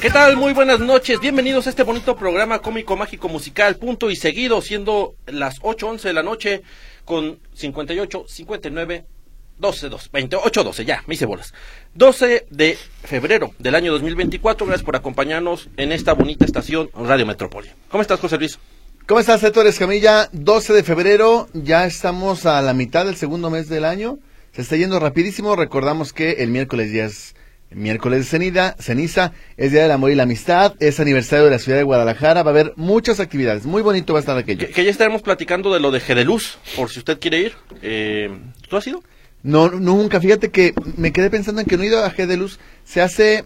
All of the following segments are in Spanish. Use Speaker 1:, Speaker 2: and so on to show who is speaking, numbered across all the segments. Speaker 1: ¿Qué tal? Muy buenas noches. Bienvenidos a este bonito programa cómico, mágico, musical. Punto y seguido, siendo las 8:11 de la noche con 58, 59, 12, 2, 28, 12. Ya, me hice bolas. 12 de febrero del año 2024. Gracias por acompañarnos en esta bonita estación Radio Metrópoli. ¿Cómo estás, José Luis?
Speaker 2: ¿Cómo estás, Héctor Escamilla? 12 de febrero, ya estamos a la mitad del segundo mes del año. Se está yendo rapidísimo. Recordamos que el miércoles ya es miércoles de cenida, ceniza, es Día del Amor y la Amistad, es aniversario de la ciudad de Guadalajara, va a haber muchas actividades, muy bonito va a estar aquello.
Speaker 1: Que, que ya estaremos platicando de lo de Gedeluz, por si usted quiere ir. Eh, ¿Tú has ido?
Speaker 2: No, nunca, fíjate que me quedé pensando en que no he ido a Gedeluz, se hace,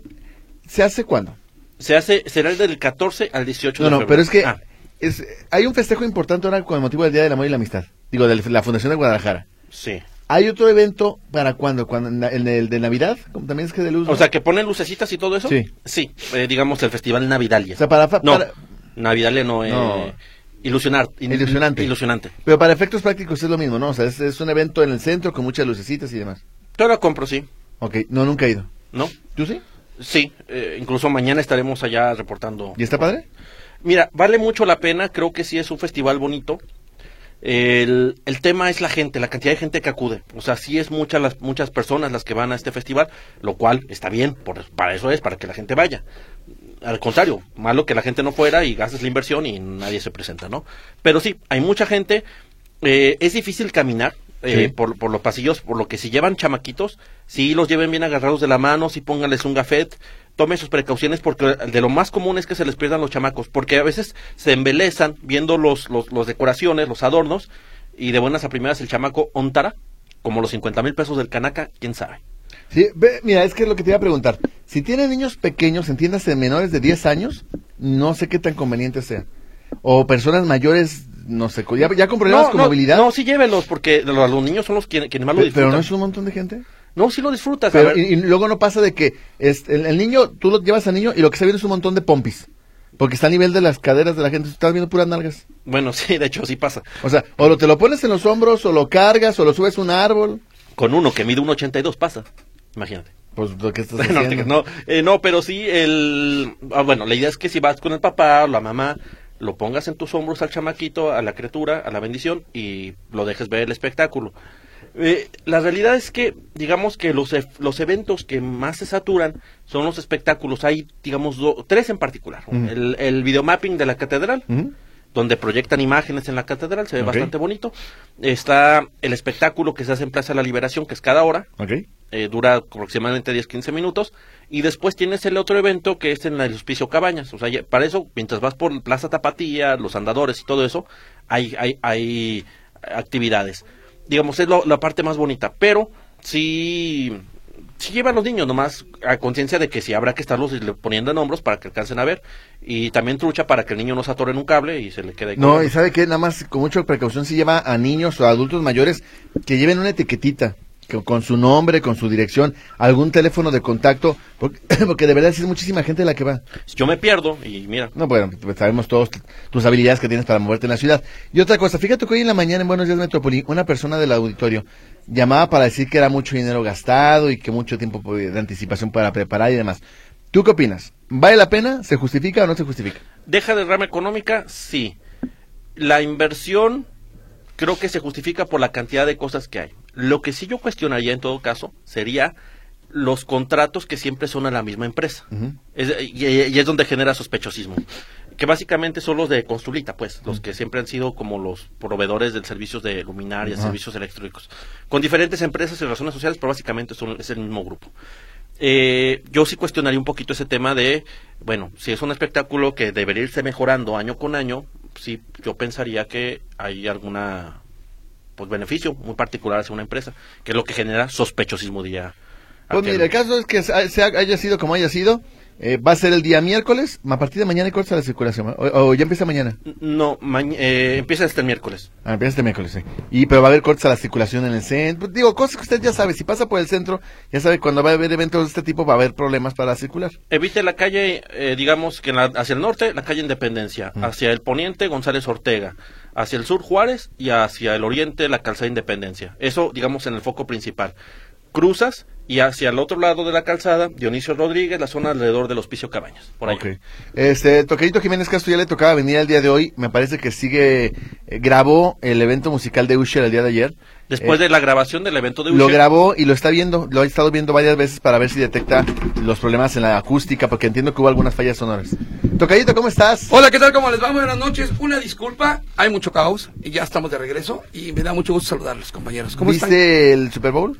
Speaker 2: ¿se hace cuándo?
Speaker 1: Se hace, será el del 14 al 18
Speaker 2: No,
Speaker 1: de
Speaker 2: no,
Speaker 1: febrero.
Speaker 2: pero es que
Speaker 1: Ah,
Speaker 2: es- hay un festejo importante ahora con el motivo del Día del Amor y la Amistad, digo, de la Fundación de Guadalajara.
Speaker 1: sí.
Speaker 2: Hay otro evento para cuando, cuando en la- en el de Navidad, como también es Gedeluz.
Speaker 1: O
Speaker 2: ¿no?
Speaker 1: sea, que ponen lucecitas y todo eso.
Speaker 2: Sí.
Speaker 1: Sí, eh, digamos el Festival Navidalia.
Speaker 2: O sea, para fa-
Speaker 1: No,
Speaker 2: para-
Speaker 1: Navidalia no, eh,
Speaker 2: No.
Speaker 1: Ilusionar. in-
Speaker 2: Ilusionante.
Speaker 1: Ilusionante.
Speaker 2: Pero para efectos prácticos es lo mismo, ¿no? O sea, es, es un evento en el centro con muchas lucecitas y demás.
Speaker 1: Yo la compro, sí.
Speaker 2: Ok, no, nunca he ido.
Speaker 1: ¿No?
Speaker 2: ¿Tú sí?
Speaker 1: Sí, eh, incluso mañana estaremos allá reportando.
Speaker 2: ¿Y está padre?
Speaker 1: Mira, vale mucho la pena, creo que sí es un festival bonito. El, el tema es la gente, la cantidad de gente que acude. O sea, sí es muchas las, muchas personas las que van a este festival, lo cual está bien, por, para eso es, para que la gente vaya. Al contrario, malo que la gente no fuera y gastes la inversión y nadie se presenta, ¿no? Pero sí, hay mucha gente, eh, es difícil caminar. eh,
Speaker 2: Sí.
Speaker 1: por, por los pasillos, por lo que si llevan chamaquitos, si los lleven bien agarrados de la mano, si pónganles un gafet, tomen sus precauciones porque de lo más común es que se les pierdan los chamacos, porque a veces se embelezan viendo los, los, los decoraciones, los adornos, y de buenas a primeras el chamaco ontara, como los 50 mil pesos del canaca, quién sabe.
Speaker 2: Sí, ve, mira, es que es lo que te iba a preguntar. Si tienen niños pequeños, entiéndase, menores de 10 años, no sé qué tan conveniente sea. O personas mayores, no sé, co- ya, ya con problemas con
Speaker 1: no,
Speaker 2: movilidad.
Speaker 1: no, sí llévenlos, porque los, los niños son los quien- quienes, más lo
Speaker 2: Pe- pero
Speaker 1: disfrutan.
Speaker 2: no es un montón de gente.
Speaker 1: No, sí lo disfrutas. a
Speaker 2: Pero,
Speaker 1: ver.
Speaker 2: y, y luego no pasa de que este, el, el niño, tú lo llevas al niño y lo que se viene es un montón de pompis. Porque está a nivel de las caderas de la gente, estás viendo puras nalgas.
Speaker 1: Bueno, sí, de hecho sí pasa.
Speaker 2: O sea, o lo, te lo pones en los hombros, o lo cargas, o lo subes a un árbol.
Speaker 1: Con uno que mide un 82 pasa, imagínate.
Speaker 2: Pues lo que estás
Speaker 1: no,
Speaker 2: haciendo.
Speaker 1: te- no, eh, no, pero sí, el, ah, bueno, la idea es que si vas con el papá o la mamá, lo pongas en tus hombros al chamaquito, a la criatura, a la bendición y lo dejes ver el espectáculo. Eh, la realidad es que, digamos que los, ef- los eventos que más se saturan son los espectáculos. Hay, digamos, do- tres en particular.
Speaker 2: Ujú.
Speaker 1: El, el videomapping de la catedral,
Speaker 2: Ujú.
Speaker 1: donde proyectan imágenes en la catedral, se ve
Speaker 2: Ok.
Speaker 1: bastante bonito. Está el espectáculo que se hace en Plaza de la Liberación, que es cada hora,
Speaker 2: Ok.
Speaker 1: eh, dura aproximadamente 10-15 minutos. Y después tienes el otro evento que es en el Hospicio Cabañas. O sea, ya- para eso, mientras vas por Plaza Tapatía, los andadores y todo eso, hay, hay, hay actividades. Digamos, es lo- la parte más bonita. Pero sí, sí llevan los niños nomás a conciencia de que sí habrá que estarlos le- poniendo en hombros para que alcancen a ver. Y también trucha para que el niño no se atore en un cable y se le quede. ahí
Speaker 2: No,
Speaker 1: colgando.
Speaker 2: y sabe que nada más con mucha precaución si lleva a niños o a adultos mayores que lleven una etiquetita que- con su nombre, con su dirección, algún teléfono de contacto, porque, porque de verdad sí es muchísima gente la que va.
Speaker 1: Yo me pierdo y mira.
Speaker 2: No, bueno, pues sabemos todos t- tus habilidades que tienes para moverte en la ciudad. Y otra cosa, fíjate que hoy en la mañana en Buenos Días Metrópoli, una persona del auditorio llamaba para decir que era mucho dinero gastado y que mucho tiempo pues, de anticipación para preparar y demás. ¿Tú qué opinas? ¿Vale la pena? ¿Se justifica o no se justifica?
Speaker 1: ¿Deja derrama económica? Sí. La inversión creo que se justifica por la cantidad de cosas que hay. Lo que sí yo cuestionaría en todo caso sería los contratos que siempre son a la misma empresa.
Speaker 2: Ujú.
Speaker 1: Es- y, y es donde genera sospechosismo. Que básicamente son los de Construlita, pues, los que siempre han sido como los proveedores del servicios de luminarias,
Speaker 2: Ajá.
Speaker 1: servicios eléctricos. Con diferentes empresas y razones sociales, pero básicamente son, es el mismo grupo. Eh, yo sí cuestionaría un poquito ese tema de, bueno, si es un espectáculo que debería irse mejorando año con año, sí, yo pensaría que hay alguna pues beneficio muy particular hacia una empresa, que es lo que genera sospechosismo día.
Speaker 2: Pues mira, el caso es que se- sea- haya sido como haya sido, Eh, va a ser el día miércoles. A partir de mañana hay cortes a la circulación. ¿eh? O, o ya empieza mañana.
Speaker 1: No, mañ- eh, empieza este miércoles.
Speaker 2: Ah, empieza este miércoles, sí. Y, pero va a haber cortes a la circulación en el centro. Digo, cosas que usted ya sabe. Si pasa por el centro, ya sabe, cuando va a haber eventos de este tipo, va a haber problemas para circular.
Speaker 1: Evite la calle, eh, digamos que en la- hacia el norte, la calle Independencia, hacia el poniente González Ortega, hacia el sur Juárez y hacia el oriente la calzada Independencia. Eso, digamos, en el foco principal. Cruzas y hacia el otro lado de la calzada, Dionisio Rodríguez, la zona alrededor del Hospicio Cabañas. Por ahí.
Speaker 2: Ok. Este, Toquerito Jiménez Castro ya le tocaba venir el día de hoy. Me parece que sigue, eh, grabó el evento musical de Usher el día de ayer.
Speaker 1: Después
Speaker 2: Eh,
Speaker 1: de la grabación del evento de
Speaker 2: Lo
Speaker 1: Usher,
Speaker 2: grabó y lo está viendo, lo ha estado viendo varias veces para ver si detecta los problemas en la acústica, porque entiendo que hubo algunas fallas sonoras. Tocayito, ¿cómo estás?
Speaker 3: Hola, ¿qué tal? ¿Cómo les va? Muy buenas noches. Una disculpa, hay mucho caos y ya estamos de regreso y me da mucho gusto saludarlos, compañeros. ¿Cómo están?
Speaker 2: ¿Viste el Super Bowl?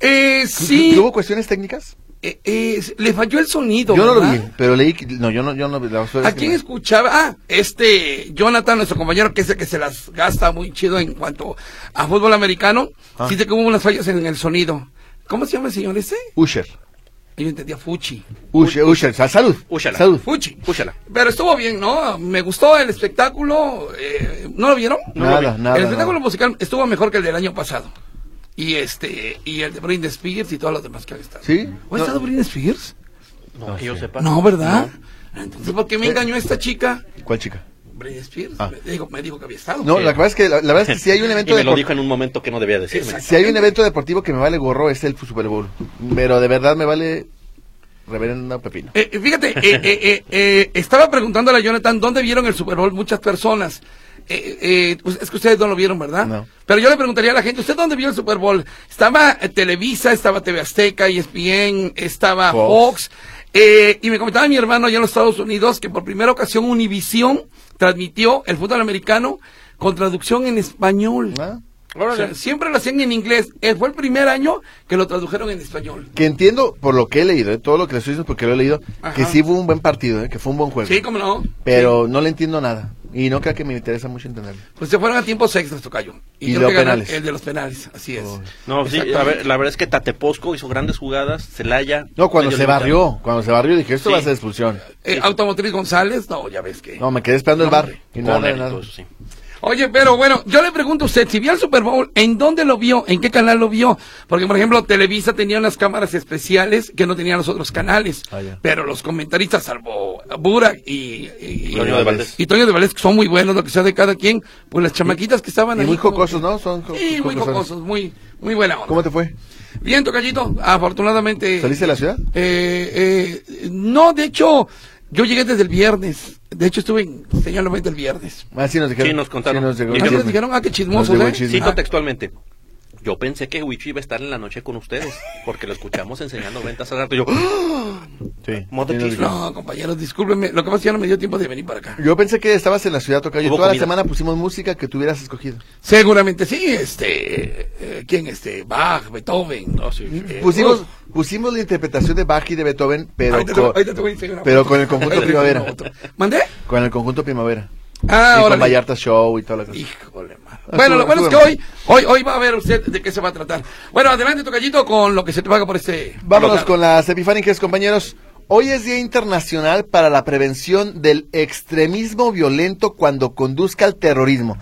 Speaker 3: Eh, sí,
Speaker 2: ¿Tuvo cuestiones técnicas?
Speaker 3: eh, eh, le falló el sonido,
Speaker 2: Yo no lo
Speaker 3: ¿verdad?
Speaker 2: vi, pero leí que, no, yo no, yo no la
Speaker 3: ¿A quién escuchaba? Ah, este Jonathan, nuestro compañero, que es el que se las gasta muy chido en cuanto a fútbol americano.
Speaker 2: Ah.
Speaker 3: Dice que hubo unas fallas en el sonido. ¿Cómo se llama el señor ese?
Speaker 2: Usher.
Speaker 3: Yo entendía Fuchi.
Speaker 2: Usher, Usher, sa- salud.
Speaker 1: Úshala.
Speaker 2: Salud.
Speaker 3: Fuchi.
Speaker 1: Úshala.
Speaker 3: Pero estuvo bien, ¿no? Me gustó el espectáculo. eh, ¿No lo vieron?
Speaker 2: Nada,
Speaker 1: lo vi.
Speaker 2: nada.
Speaker 3: el espectáculo
Speaker 2: nada.
Speaker 3: musical estuvo mejor que el del año pasado. Y este, y el de Britney Spears y todos los demás que han estado.
Speaker 2: ¿Sí?
Speaker 3: ¿O ¿Ha estado Britney Spears?
Speaker 1: no,
Speaker 2: Ah,
Speaker 1: que yo sepa.
Speaker 3: No, ¿verdad? Ah, Entonces, ¿por qué me engañó esta chica?
Speaker 2: ¿Cuál chica?
Speaker 3: Britney Spears.
Speaker 2: Eh, Ah.
Speaker 3: Me, dijo, me dijo que había estado.
Speaker 2: No, la verdad es que, la, la verdad es que si hay un
Speaker 1: Y
Speaker 2: evento
Speaker 1: me lo
Speaker 2: depor-
Speaker 1: dijo en un momento que no debía decirme.
Speaker 3: Exacto.
Speaker 2: Si hay un evento deportivo que me vale gorro es el Super Bowl. Pero de verdad me vale reverenda pepino.
Speaker 3: Eh, eh, fíjate, eh, eh, eh, eh, estaba preguntándole a Jonathan dónde vieron el Super Bowl muchas personas. Eh, eh, us- es que ustedes no lo vieron, ¿verdad?
Speaker 2: No.
Speaker 3: Pero yo le preguntaría a la gente, ¿usted dónde vio el Super Bowl? Estaba eh, Televisa, estaba TV Azteca, E ESPN, estaba
Speaker 2: Fox.
Speaker 3: Fox. Eh, y me comentaba mi hermano allá en los Estados Unidos que por primera ocasión Univisión transmitió el fútbol americano con traducción en español.
Speaker 2: ¿Ah?
Speaker 3: O sea, siempre lo hacían en inglés. Eh, fue el primer año que lo tradujeron en español.
Speaker 2: Que entiendo por lo que he leído, eh, todo lo que le estoy diciendo porque lo he leído,
Speaker 3: Ajá.
Speaker 2: que sí fue un buen partido, eh, que fue un buen juego.
Speaker 3: Sí, cómo no.
Speaker 2: pero no le entiendo nada. Y no creo que me interesa mucho entenderlo.
Speaker 3: Pues se fueron a tiempos extras, Tocayo.
Speaker 2: Y
Speaker 3: creo
Speaker 2: los
Speaker 3: que ganó
Speaker 2: penales.
Speaker 3: El de los penales, así es.
Speaker 2: Oh.
Speaker 1: No, sí, a ver, la verdad es que Tateposco hizo grandes jugadas, Celaya.
Speaker 2: No, cuando
Speaker 1: medio
Speaker 2: se
Speaker 1: limitado.
Speaker 2: barrió, cuando se barrió dije, esto
Speaker 1: Sí.
Speaker 2: va a ser expulsión.
Speaker 3: Eh, Automotriz González, no, ya ves que.
Speaker 2: No, me quedé esperando el
Speaker 3: No,
Speaker 2: bar. Y nada,
Speaker 1: Conner y
Speaker 2: nada.
Speaker 1: todo eso, sí.
Speaker 3: Oye, pero bueno, yo le pregunto a usted, si vio el Super Bowl, ¿en dónde lo vio? ¿En qué canal lo vio? Porque, por ejemplo, Televisa tenía unas cámaras especiales que no tenían los otros canales.
Speaker 2: Ah, ya.
Speaker 3: Pero los comentaristas, salvo Burak y, y,
Speaker 1: Toño de Valdés.
Speaker 3: y Toño de Valdés, que son muy buenos, lo que sea de cada quien, pues las chamaquitas que estaban
Speaker 2: Y
Speaker 3: ahí
Speaker 2: muy
Speaker 3: como-
Speaker 2: jocosos, ¿no? Son jo-
Speaker 3: Sí, muy
Speaker 2: jocosones.
Speaker 3: jocosos, muy, muy buena onda.
Speaker 2: ¿Cómo te fue?
Speaker 3: Bien, Tocayito, afortunadamente.
Speaker 2: ¿Saliste de la ciudad?
Speaker 3: Eh, eh, no, de hecho, yo llegué desde el viernes. De hecho, estuve en Señal 90 el viernes.
Speaker 2: Ah, sí nos dijeron.
Speaker 1: Sí, nos contaron.
Speaker 2: llegó
Speaker 1: Y
Speaker 2: el
Speaker 3: Así
Speaker 1: yo-
Speaker 3: nos
Speaker 2: chisme.
Speaker 3: dijeron, ah, qué
Speaker 2: Nos
Speaker 3: chismosos,
Speaker 2: llegó el
Speaker 3: ¿eh?
Speaker 2: chisme.
Speaker 1: Cito textualmente. Yo pensé que Huicho iba a estar en la noche con ustedes, porque lo escuchamos enseñando ventas hace rato. Yo, ¡ah!
Speaker 2: Sí,
Speaker 1: Modo
Speaker 2: sí nos
Speaker 1: chisme.
Speaker 2: dijeron.
Speaker 3: No, compañeros, discúlpenme. Lo que pasa es que ya no me dio tiempo de venir para acá.
Speaker 2: Yo pensé que estabas en la ciudad Tocayo.
Speaker 1: Hubo
Speaker 2: Toda la
Speaker 1: comida.
Speaker 2: semana pusimos música que tú hubieras escogido.
Speaker 3: Seguramente sí, este. eh, ¿Quién? Este. Bach, Beethoven. No, sí. Eh,
Speaker 2: Pusimos,
Speaker 3: uh,
Speaker 2: pusimos la interpretación de Bach y de Beethoven, pero,
Speaker 3: ahorita te-
Speaker 2: con,
Speaker 3: ahorita te voy a enseñar una
Speaker 2: pero
Speaker 3: foto.
Speaker 2: con el conjunto
Speaker 3: Ahorita te enseño
Speaker 2: primavera.
Speaker 3: una foto. ¿Mandé?
Speaker 2: Con el conjunto primavera.
Speaker 3: Ah,
Speaker 2: y
Speaker 3: ahora.
Speaker 2: con Ah, Vallarta Show y toda la cosa.
Speaker 3: Híjole, mano. Bueno, lo bueno es que hoy, hoy, hoy va a ver usted de qué se va a tratar. Bueno, adelante, Tocayito, con lo que se te paga por este.
Speaker 2: Vámonos
Speaker 3: bloque.
Speaker 2: con las epifánicas, compañeros. Hoy es Día Internacional para la Prevención del Extremismo Violento cuando conduzca al terrorismo.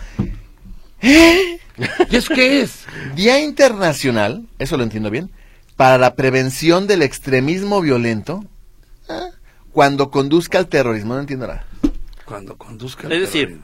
Speaker 3: ¿Y es qué es?
Speaker 2: Día Internacional, eso lo entiendo bien, para la Prevención del Extremismo Violento ah, cuando conduzca al terrorismo. No entiendo nada.
Speaker 3: Cuando conduzca.
Speaker 1: Es decir,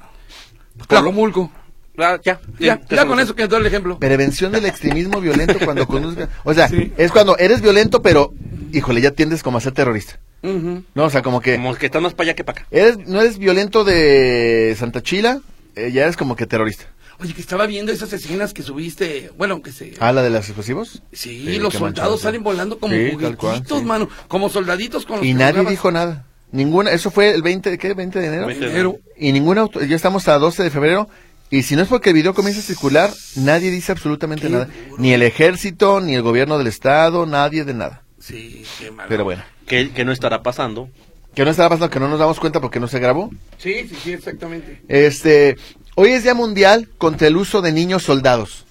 Speaker 3: Calomulco.
Speaker 1: ah, ya,
Speaker 3: Ya,
Speaker 1: te
Speaker 3: ya con
Speaker 1: conocí.
Speaker 3: eso quedó el ejemplo.
Speaker 2: Prevención del extremismo violento cuando conduzca. O sea,
Speaker 3: Sí.
Speaker 2: es cuando eres violento, pero, híjole, ya tiendes como a ser terrorista.
Speaker 3: Ujú.
Speaker 2: No, o sea, como que
Speaker 1: Como que está más para allá que para acá.
Speaker 2: eres, no eres violento de Santa Chila, eh, ya eres como que terrorista.
Speaker 3: Oye, que estaba viendo esas escenas que subiste. Bueno, aunque se.
Speaker 2: Ah, la de los explosivos.
Speaker 3: sí,
Speaker 2: sí,
Speaker 3: los
Speaker 2: qué manchado,
Speaker 3: soldados
Speaker 2: sí.
Speaker 3: salen volando como
Speaker 2: Sí, tal
Speaker 3: juguetitos,
Speaker 2: cual, sí.
Speaker 3: mano. Como soldaditos con los
Speaker 2: Y
Speaker 3: que
Speaker 2: nadie
Speaker 3: jugabas.
Speaker 2: dijo nada. Ninguna, eso fue el 20 de qué, 20 de enero.
Speaker 1: Veinte.
Speaker 3: Pero,
Speaker 2: Y ninguna, auto- ya estamos a 12 de febrero. Y si no es porque el video comienza a circular, nadie dice absolutamente
Speaker 3: Qué
Speaker 2: nada.
Speaker 3: duro.
Speaker 2: Ni el ejército, ni el gobierno del estado, nadie de nada.
Speaker 3: sí, qué malo.
Speaker 2: Pero bueno.
Speaker 1: Que, que no estará pasando.
Speaker 2: Que no estaba pasando, que no nos damos cuenta porque no se grabó.
Speaker 3: Sí, sí, sí, exactamente.
Speaker 2: Este, hoy es Día Mundial contra el uso de niños soldados.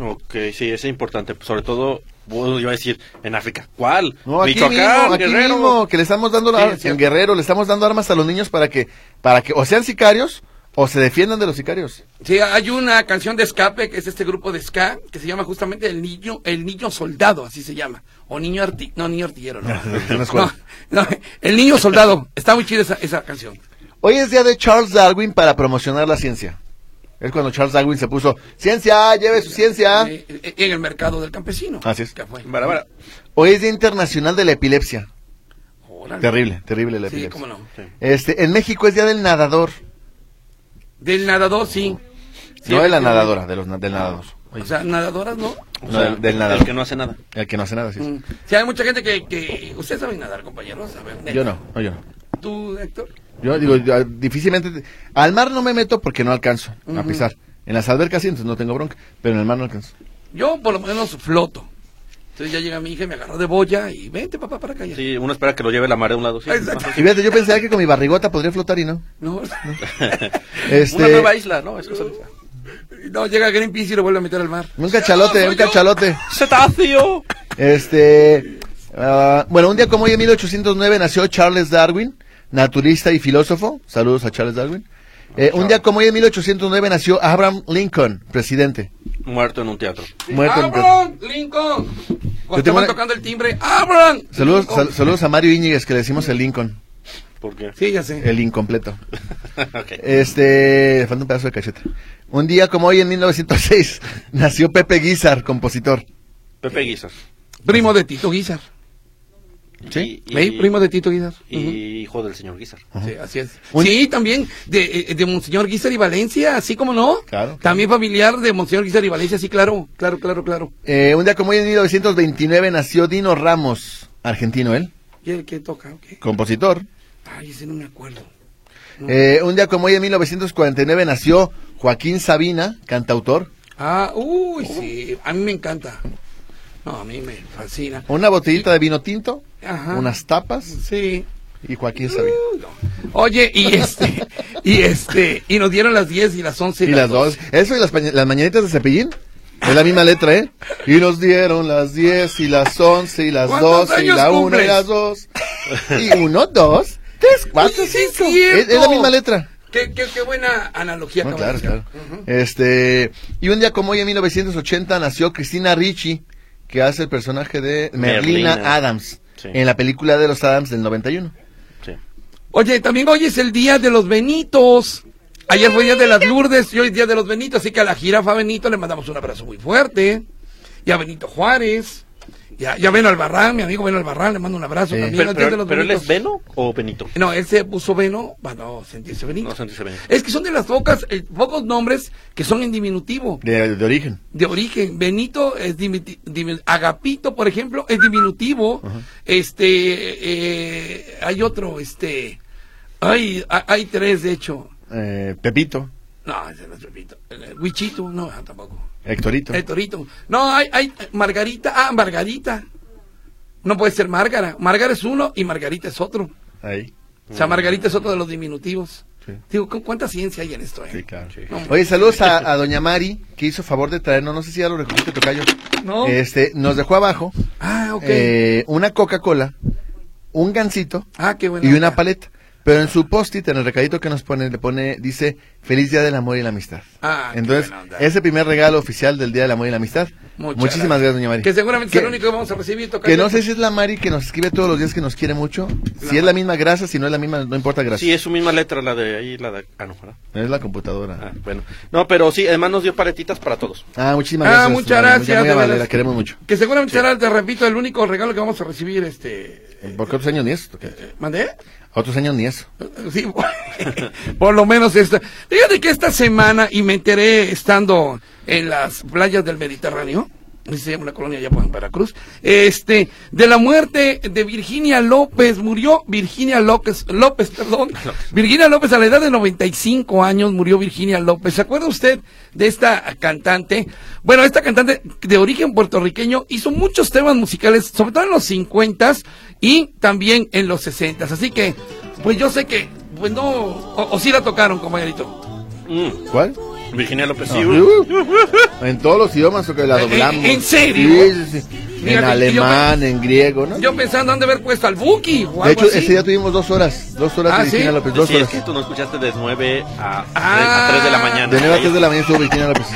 Speaker 1: Ok, sí, es importante. Sobre todo Bueno, iba a decir, en África. ¿Cuál?
Speaker 2: No, aquí
Speaker 1: Michoacán,
Speaker 2: mismo, aquí
Speaker 1: Guerrero.
Speaker 2: mismo, que le estamos dando
Speaker 1: Sí,
Speaker 2: ar-
Speaker 1: es
Speaker 2: en
Speaker 1: cierto.
Speaker 2: Guerrero, le estamos dando armas a los niños para que, para que o sean sicarios o se defiendan de los sicarios.
Speaker 3: Sí, hay una canción de escape, que es este grupo de ska, que se llama justamente El Niño, el niño Soldado, así se llama. O Niño Arti... No, Niño Artillero, no.
Speaker 2: no es cual.
Speaker 3: No, no, El Niño Soldado. Está muy chida esa, esa canción.
Speaker 2: Hoy es día de Charles Darwin para promocionar la ciencia. Es cuando Charles Darwin se puso, ciencia, lleve su ciencia.
Speaker 3: Eh, eh, en el mercado del campesino.
Speaker 2: Así es.
Speaker 3: Que fue.
Speaker 1: Bara, bara.
Speaker 2: Hoy es Día Internacional de la Epilepsia.
Speaker 3: Órale.
Speaker 2: Terrible, terrible la
Speaker 3: Sí,
Speaker 2: epilepsia.
Speaker 3: cómo no.
Speaker 1: Ah. Sí.
Speaker 2: Este, en México es Día del Nadador.
Speaker 3: Del nadador, sí. Sí,
Speaker 2: no de la
Speaker 3: efectivamente.
Speaker 2: nadadora, de los, na- del nadador.
Speaker 3: O sea, nadadoras, ¿no?
Speaker 1: Ah. O
Speaker 2: No,
Speaker 1: sea,
Speaker 2: del, del
Speaker 1: El
Speaker 2: nadador.
Speaker 1: que no hace nada.
Speaker 2: El que no hace nada, sí.
Speaker 3: Mm. Sí, hay mucha gente que... que... Ustedes saben nadar, compañeros. A ver,
Speaker 2: Yo no, no, yo no.
Speaker 3: ¿Tú, Héctor?
Speaker 2: Yo digo, yo, ah, difícilmente. te- Al mar no me meto porque no alcanzo a pisar. En las albercas sí, entonces no tengo bronca. Pero en el mar no alcanzo.
Speaker 3: Yo por lo menos floto. Entonces ya llega mi hija y me agarró de boya y vente papá para acá. ya".
Speaker 1: Sí, uno espera que lo lleve la marea a un lado. sí. ah,
Speaker 3: Exacto.
Speaker 2: Y fíjate, yo pensaba que con mi barrigota podría flotar y no.
Speaker 3: No,
Speaker 1: Una
Speaker 2: Este.
Speaker 1: nueva isla, ¿no? Es cosa de esa.
Speaker 3: no, llega Greenpeace y lo vuelve a meter al mar.
Speaker 2: Un cachalote,
Speaker 3: No,
Speaker 2: un
Speaker 3: soy yo.
Speaker 2: cachalote.
Speaker 1: ¡Cetáceo!
Speaker 2: Este. ah, bueno, un día como hoy, en 1809, nació Charles Darwin, naturista y filósofo. Saludos a Charles Darwin. Eh, un día como hoy, en 1809, nació Abraham Lincoln, presidente.
Speaker 1: Muerto en un teatro.
Speaker 2: Muerto en-
Speaker 3: ¡Abran, Lincoln! Cuando
Speaker 2: Yo tengo
Speaker 3: estaban
Speaker 2: una-
Speaker 3: tocando el timbre, ¡abran!
Speaker 2: Saludos,
Speaker 3: Lincoln.
Speaker 2: sal- saludos a Mario Íñiguez, que le decimos el Lincoln,
Speaker 1: ¿Por qué?
Speaker 3: Sí, ya sé.
Speaker 2: el incompleto.
Speaker 1: Ok.
Speaker 2: Este, le falta un pedazo de cachete. Un día como hoy en 1906 nació Pepe Guizar, compositor.
Speaker 1: Pepe Guizar.
Speaker 3: Primo de Tito Guizar.
Speaker 2: Sí.
Speaker 1: Y-
Speaker 3: ¿Veis? Primo de Tito Guizar.
Speaker 1: Y
Speaker 3: Ujú.
Speaker 1: hijo del señor Guizar.
Speaker 3: Sí, así es.
Speaker 2: Un-
Speaker 3: Sí, también de, eh, de Monseñor Guizar y Valencia, así como no.
Speaker 2: Claro.
Speaker 3: También familiar de Monseñor Guizar y Valencia, sí, claro, claro, claro, claro.
Speaker 2: Eh, un día como hoy en 1929 nació Dino Ramos, argentino él,
Speaker 3: ¿Y el que toca? ok.
Speaker 2: compositor.
Speaker 3: Ay, ese no me acuerdo.
Speaker 2: Eh, un día como hoy en 1949 nació Joaquín Sabina, cantautor.
Speaker 3: Ah, uy,
Speaker 2: Oh.
Speaker 3: sí, a mí me encanta. No, a mí me fascina.
Speaker 2: Una botellita de vino tinto,
Speaker 3: Ajá.
Speaker 2: unas tapas
Speaker 3: Sí.
Speaker 2: y Joaquín Sabina.
Speaker 3: Uh, no. Oye, y este, y este, y nos dieron las 10 y las 11
Speaker 2: Y las dos. Eso y las, pañe- las mañanitas de cepillín. Es la misma letra, ¿eh? Y nos dieron las 10 y las 11 y las
Speaker 3: ¿Cuántos
Speaker 2: 12 y
Speaker 3: años
Speaker 2: la 1 y
Speaker 3: cumples?
Speaker 2: las 2. Y 1, 2, 3, 4,
Speaker 3: Oye, sí es
Speaker 2: 5. Es,
Speaker 3: cierto.
Speaker 2: es la misma letra.
Speaker 3: Qué, qué, qué buena analogía.
Speaker 2: No,
Speaker 3: acabas
Speaker 2: claro,
Speaker 3: de
Speaker 2: claro.
Speaker 3: hacer.
Speaker 2: Este, y un día como hoy en 1980 nació Cristina Ricci, que hace el personaje de Merlina,
Speaker 1: Merlina.
Speaker 2: Adams
Speaker 1: Sí.
Speaker 2: en la película de los Adams del 91.
Speaker 1: Sí.
Speaker 3: Oye, también hoy es el día de los Benitos. Ayer fue día de las Lourdes y hoy es día de los Benitos, así que a la jirafa Benito le mandamos un abrazo muy fuerte. Y a Benito Juárez. Ya, ya ven Albarrán, mi amigo Ben Albarrán, le mando un abrazo
Speaker 2: Sí.
Speaker 3: también.
Speaker 1: Pero,
Speaker 3: hoy es día de
Speaker 1: pero,
Speaker 3: los
Speaker 1: pero él
Speaker 3: Benitos.
Speaker 1: es Beno o Benito.
Speaker 3: No, él se puso Veno para no sentirse Benito.
Speaker 1: No sentirse Benito.
Speaker 3: Es que son de las pocas, eh, pocos nombres que son en diminutivo,
Speaker 2: De, de origen.
Speaker 3: de origen. Benito es dimiti- dimi- Agapito, por ejemplo, es diminutivo. Este, eh, hay otro, este, hay, ha- hay tres, de hecho.
Speaker 2: Eh, Pepito,
Speaker 3: No, ese no es Pepito. Eh, Huichito, no, ah, tampoco.
Speaker 2: Héctorito.
Speaker 3: El Torito. No, hay, hay Margarita, ah, Margarita. No puede ser Márgara. Márgara es uno y Margarita es otro.
Speaker 2: Ahí.
Speaker 3: O sea, Margarita es otro de los diminutivos.
Speaker 2: Mm. Sí.
Speaker 3: Digo, ¿cu- ¿cuánta ciencia hay en esto? eh?
Speaker 2: Sí, claro.
Speaker 3: No, hombre.
Speaker 2: Oye, saludos a, a Doña Mari, que hizo favor de traernos, no sé si ya lo recogiste, Tocayo.
Speaker 3: No.
Speaker 2: Este, nos dejó abajo
Speaker 3: Ah, ok.
Speaker 2: eh, una Coca-Cola, un gansito
Speaker 3: ah, qué bueno.
Speaker 2: y una paleta. Pero en su post-it, en el recadito que nos pone, le pone, dice, Feliz Día del Amor y la Amistad.
Speaker 3: Ah, qué
Speaker 2: Entonces,
Speaker 3: buena onda.
Speaker 2: ese primer regalo oficial del Día del Amor y la Amistad. Muchísimas gracias, Doña Mari.
Speaker 3: Que seguramente es
Speaker 2: Que-
Speaker 3: el único que vamos a recibir. Tocayo.
Speaker 2: Que no sé si es la Mari que nos escribe todos los días que nos quiere mucho. Si es la misma, gracias. Si no es la misma, no importa, gracias.
Speaker 1: Sí, es su misma letra, la de ahí, la de... Ah, no, ¿verdad?
Speaker 2: Es la computadora.
Speaker 1: Ah, bueno. No, pero sí, además nos dio paletitas para todos.
Speaker 2: Ah, muchísimas
Speaker 3: Ah,
Speaker 2: gracias.
Speaker 3: muchas
Speaker 2: Mari,
Speaker 3: gracias,
Speaker 2: muy
Speaker 3: de
Speaker 2: amable,
Speaker 3: veras.
Speaker 2: la queremos mucho.
Speaker 3: Que seguramente será, te repito, el único regalo que vamos a recibir. este
Speaker 2: ¿Por qué otros años ni eso?
Speaker 3: eh, ¿Mandé?
Speaker 2: Otros años ni eso.
Speaker 3: Sí, por lo menos esta. Fíjate que esta semana, y me enteré estando en las playas del Mediterráneo, así se llama una colonia allá por en Veracruz, este, de la muerte de Virginia López, murió Virginia López, López, perdón, Virginia López a la edad de 95 años murió Virginia López. ¿Se acuerda usted de esta cantante? Bueno, esta cantante de origen puertorriqueño hizo muchos temas musicales, sobre todo en los 50s y también en los 60s. Así que, pues yo sé que, pues no, o, o sí la tocaron, compañerito.
Speaker 1: Mm,
Speaker 2: ¿Cuál?
Speaker 1: Virginia López.
Speaker 2: Ah.
Speaker 1: sí, uh.
Speaker 2: En todos los idiomas, o que la
Speaker 3: Eh, ¿En-
Speaker 2: doblamos.
Speaker 3: en serio?
Speaker 2: Sí, sí, sí. en
Speaker 3: Fíjate, y yo
Speaker 2: alemán, en griego, ¿no?
Speaker 3: Yo pensando, han de haber puesto al Buki o
Speaker 2: de
Speaker 3: algo
Speaker 2: hecho,
Speaker 3: así.
Speaker 2: ese día tuvimos dos horas, dos horas
Speaker 3: Ah,
Speaker 2: de Virginia
Speaker 3: ¿sí?
Speaker 2: López, dos
Speaker 1: Sí, es
Speaker 2: horas.
Speaker 1: que tú no escuchaste de 9 a,
Speaker 3: Ah.
Speaker 1: 3 de la mañana.
Speaker 2: De 9 a
Speaker 1: Ahí
Speaker 2: 3 de la mañana estuvo Virginia López.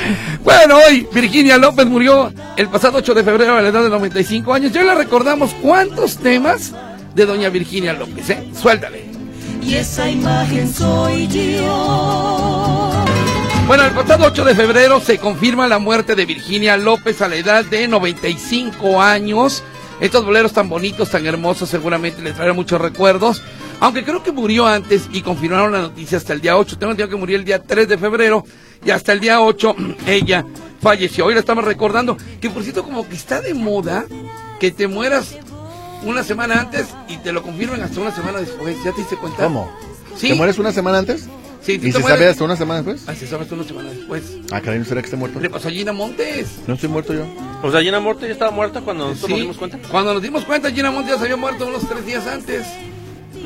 Speaker 3: Bueno, hoy Virginia López murió el pasado 8 de febrero a la edad de 95 años. Ya le recordamos cuántos temas de doña Virginia López, ¿eh? Suéltale.
Speaker 4: y esa imagen soy yo.
Speaker 3: Bueno, el pasado 8 de febrero se confirma la muerte de Virginia López a la edad de 95 años. Estos boleros tan bonitos, tan hermosos, seguramente le traerán muchos recuerdos. Aunque creo que murió antes y confirmaron la noticia hasta el día 8. Tengo entendido que murió el día 3 de febrero y hasta el día 8 ella falleció. Hoy la estamos recordando que, por cierto, como que está de moda que te mueras una semana antes y te lo confirmen hasta una semana después. ¿Ya te diste cuenta?
Speaker 2: ¿Cómo?
Speaker 3: Sí.
Speaker 2: ¿Te mueres una semana antes?
Speaker 3: Sí, tú
Speaker 2: ¿Y se
Speaker 3: te mueres-
Speaker 2: sabe hasta una semana después?
Speaker 3: Ah, se sabe hasta una semana después.
Speaker 2: Ah, caray, ¿no será que esté muerto?
Speaker 3: Pues, Le pasó a Gina Montes.
Speaker 2: No estoy muerto yo.
Speaker 1: O sea, Gina Morte ya estaba muerta cuando nosotros
Speaker 3: Sí.
Speaker 1: nos dimos cuenta.
Speaker 3: Cuando nos dimos cuenta, Gina Montes ya se había muerto unos tres días antes.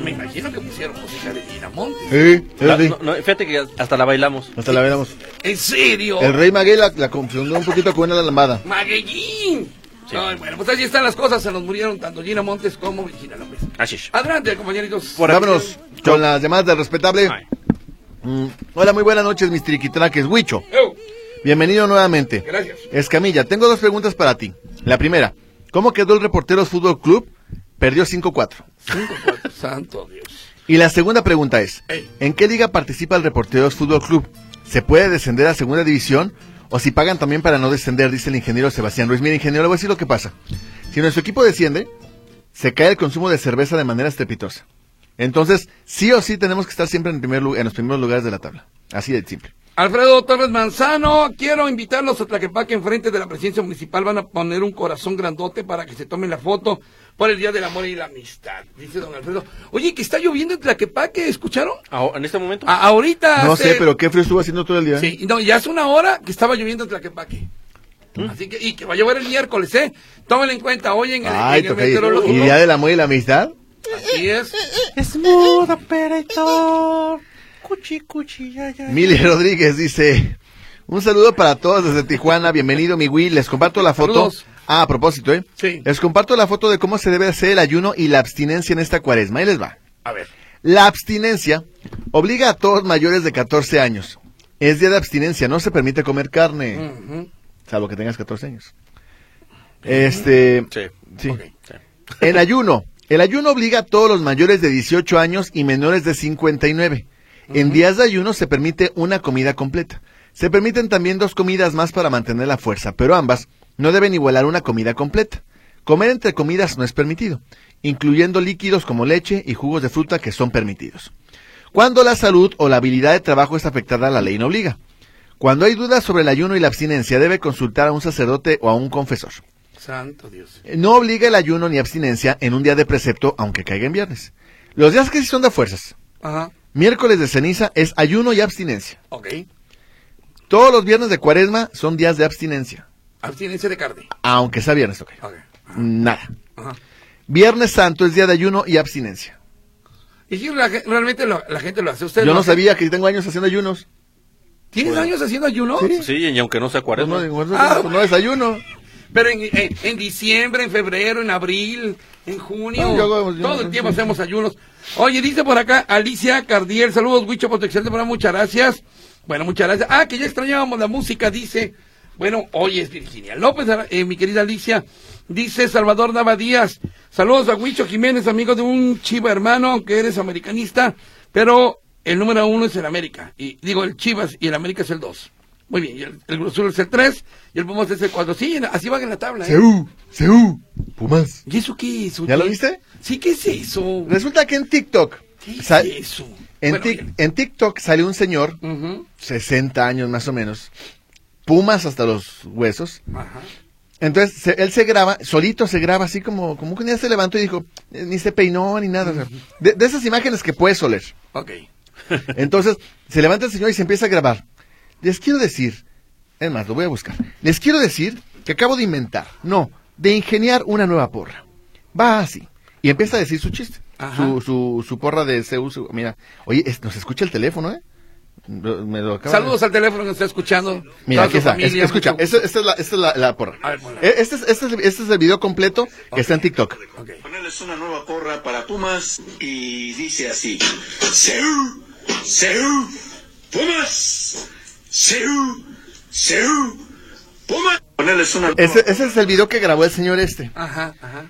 Speaker 3: Me imagino que pusieron música de Gina Montes.
Speaker 2: Sí,
Speaker 1: La-
Speaker 2: sí.
Speaker 1: no, no, fíjate que hasta la bailamos.
Speaker 2: Hasta la veremos.
Speaker 3: ¿En serio?
Speaker 2: El rey Maguey la, la confundió un poquito con una lambada.
Speaker 3: ¡Maguellín!
Speaker 1: Sí.
Speaker 3: Ay, bueno, pues así están las cosas. Se nos murieron tanto Gina Montes como Gina López.
Speaker 2: Ah,
Speaker 1: Así es.
Speaker 3: Adelante, compañeritos.
Speaker 1: Por-
Speaker 2: Vámonos con las demás del respetable.
Speaker 1: Ay.
Speaker 2: Mm, Hola, muy buenas noches, mis triquitraques. Huicho,
Speaker 3: Eu,
Speaker 2: bienvenido nuevamente.
Speaker 3: Gracias.
Speaker 2: Escamilla, tengo dos preguntas para ti. La primera, ¿cómo quedó el Reporteros Fútbol Club? Perdió 5-4.
Speaker 3: Cinco, cuatro, santo Dios.
Speaker 2: Y la segunda pregunta es,
Speaker 3: Ey.
Speaker 2: ¿en qué liga participa el Reporteros Fútbol Club? ¿Se puede descender a segunda división? ¿O si pagan también para no descender? Dice el ingeniero Sebastián Ruiz. Mira, ingeniero, le voy a decir lo que pasa. Si nuestro equipo desciende, se cae el consumo de cerveza de manera estrepitosa. Entonces, sí o sí tenemos que estar siempre en, primer lu- en los primeros lugares de la tabla. Así de simple.
Speaker 3: Alfredo Torres Manzano, quiero invitarlos a Tlaquepaque enfrente de la presidencia municipal. Van a poner un corazón grandote para que se tomen la foto por el Día del Amor y la Amistad, dice don Alfredo. Oye, que está lloviendo en Tlaquepaque, ¿escucharon?
Speaker 1: Ahora, en este momento.
Speaker 2: Ah,
Speaker 3: A- ahorita.
Speaker 2: No
Speaker 3: hace-
Speaker 2: sé, pero qué frío estuvo haciendo todo el día.
Speaker 3: Ah, Sí, no, ya hace una hora que estaba lloviendo en Tlaquepaque.
Speaker 2: Mm.
Speaker 3: Así que, y que va a llover el miércoles, ¿eh? Tómenlo en cuenta, hoy en el,
Speaker 2: Ay,
Speaker 3: en el
Speaker 2: tocayo. ¿Y
Speaker 3: meteorológico.
Speaker 2: día del amor y la amistad?
Speaker 3: Así es.
Speaker 5: Es mood operator. Cuchi, cuchi, ya, ya.
Speaker 2: Mili Rodríguez dice, un saludo para todos desde Tijuana, bienvenido mi Will, les comparto la foto.
Speaker 3: Saludos.
Speaker 2: Ah, a propósito, ¿eh?
Speaker 3: Sí.
Speaker 2: Les comparto la foto de cómo se debe hacer el ayuno y la abstinencia en esta cuaresma. Ahí les va.
Speaker 3: A ver.
Speaker 2: La abstinencia obliga a todos mayores de 14 años. Es día de abstinencia, no se permite comer carne,
Speaker 3: Ujú.
Speaker 2: salvo que tengas 14 años. Este...
Speaker 1: Sí.
Speaker 2: sí.
Speaker 3: Ok.
Speaker 2: El ayuno. El ayuno obliga a todos los mayores de 18 años y menores de 59. En días de ayuno se permite una comida completa. Se permiten también dos comidas más para mantener la fuerza, pero ambas no deben igualar una comida completa. Comer entre comidas no es permitido, incluyendo líquidos como leche y jugos de fruta que son permitidos. Cuando la salud o la habilidad de trabajo es afectada, la ley no obliga. Cuando hay dudas sobre el ayuno y la abstinencia, debe consultar a un sacerdote o a un confesor.
Speaker 3: Santo Dios.
Speaker 2: No obliga el ayuno ni abstinencia en un día de precepto, aunque caiga en viernes. Los días que sí son de fuerzas.
Speaker 3: Ajá.
Speaker 2: Miércoles de ceniza es ayuno y abstinencia.
Speaker 3: Ok.
Speaker 2: Todos los viernes de cuaresma son días de abstinencia.
Speaker 3: Abstinencia de carne.
Speaker 2: Aunque sea viernes, ok.
Speaker 3: Ok.
Speaker 2: Nada.
Speaker 3: Ajá.
Speaker 2: Viernes santo es día de ayuno y abstinencia.
Speaker 3: Y si la ge- realmente lo- la gente lo hace. Usted
Speaker 2: Yo
Speaker 3: lo
Speaker 2: no
Speaker 3: hace.
Speaker 2: sabía que tengo años haciendo ayunos.
Speaker 3: ¿Tienes años haciendo ayuno?
Speaker 1: Sí, y aunque no sea
Speaker 2: Pues
Speaker 1: cuaresma.
Speaker 2: no, no,
Speaker 3: Ah,
Speaker 2: no desayuno.
Speaker 3: Pero en, en- en diciembre, en febrero, en abril, en junio,
Speaker 2: Ah, yo hago ayunos,
Speaker 3: todo el
Speaker 2: sí,
Speaker 3: tiempo
Speaker 2: sí.
Speaker 3: hacemos ayunos. Oye, dice por acá Alicia Cardiel, saludos, Huicho, por tu excelente programa, muchas gracias. Bueno, muchas gracias. Ah, que ya extrañábamos la música, dice. Bueno, hoy es Virginia López, eh, mi querida Alicia. Dice Salvador Nava Díaz, saludos a Huicho Jiménez, amigo de un chiva hermano, aunque eres americanista, pero el número uno es el América. Y digo, el Chivas y el América es el dos. Muy bien, y el, el Cruz Azul es el tres y el Pumas es el cuatro. Sí, así van en la tabla. ¿eh?
Speaker 2: Seú, Seú, Pumas.
Speaker 3: ¿Y eso qué es?
Speaker 2: ¿Ya lo
Speaker 3: oye?
Speaker 2: viste?
Speaker 3: Sí, ¿qué es eso?
Speaker 2: Resulta que en TikTok.
Speaker 3: ¿Qué es
Speaker 2: sal-
Speaker 3: eso?
Speaker 2: en
Speaker 3: Bueno,
Speaker 2: tic-
Speaker 3: bien.
Speaker 2: en TikTok salió un señor
Speaker 3: Ujú,
Speaker 2: 60 años más o menos, pumas hasta los huesos.
Speaker 3: ajá.
Speaker 2: Entonces se- él se graba, solito se graba así como, como que un día se levantó y dijo, eh, ni se peinó ni nada. o sea, de, de esas imágenes que puedes oler.
Speaker 3: Ok.
Speaker 2: Entonces se levanta el señor y se empieza a grabar. Les quiero decir, es más, lo voy a buscar. Les quiero decir que acabo de inventar, no, de ingeniar una nueva porra. Va así. Y empieza a decir su chiste.
Speaker 3: Ajá.
Speaker 2: Su, su, su porra de CU. su- mira, oye, es- nos escucha el teléfono, ¿eh? Lo- me lo acaba de-
Speaker 3: Saludos al teléfono que nos está escuchando.
Speaker 2: Mira,
Speaker 3: Toda
Speaker 2: aquí
Speaker 3: su
Speaker 2: está.
Speaker 3: familia,
Speaker 2: Es- escucha,
Speaker 3: mucho-
Speaker 2: esta, esta es, la, esta es la, la porra.
Speaker 3: A ver, ponla.
Speaker 2: Eh, Este es, este, es, este es el video completo que está en TikTok.
Speaker 6: Ponerles una nueva porra para Pumas y dice así: Seu, Seu, Pumas, Seu, Seu, Pumas. Ponerles una.
Speaker 2: Ese, ese es el video que grabó el señor este.
Speaker 3: Ajá, ajá.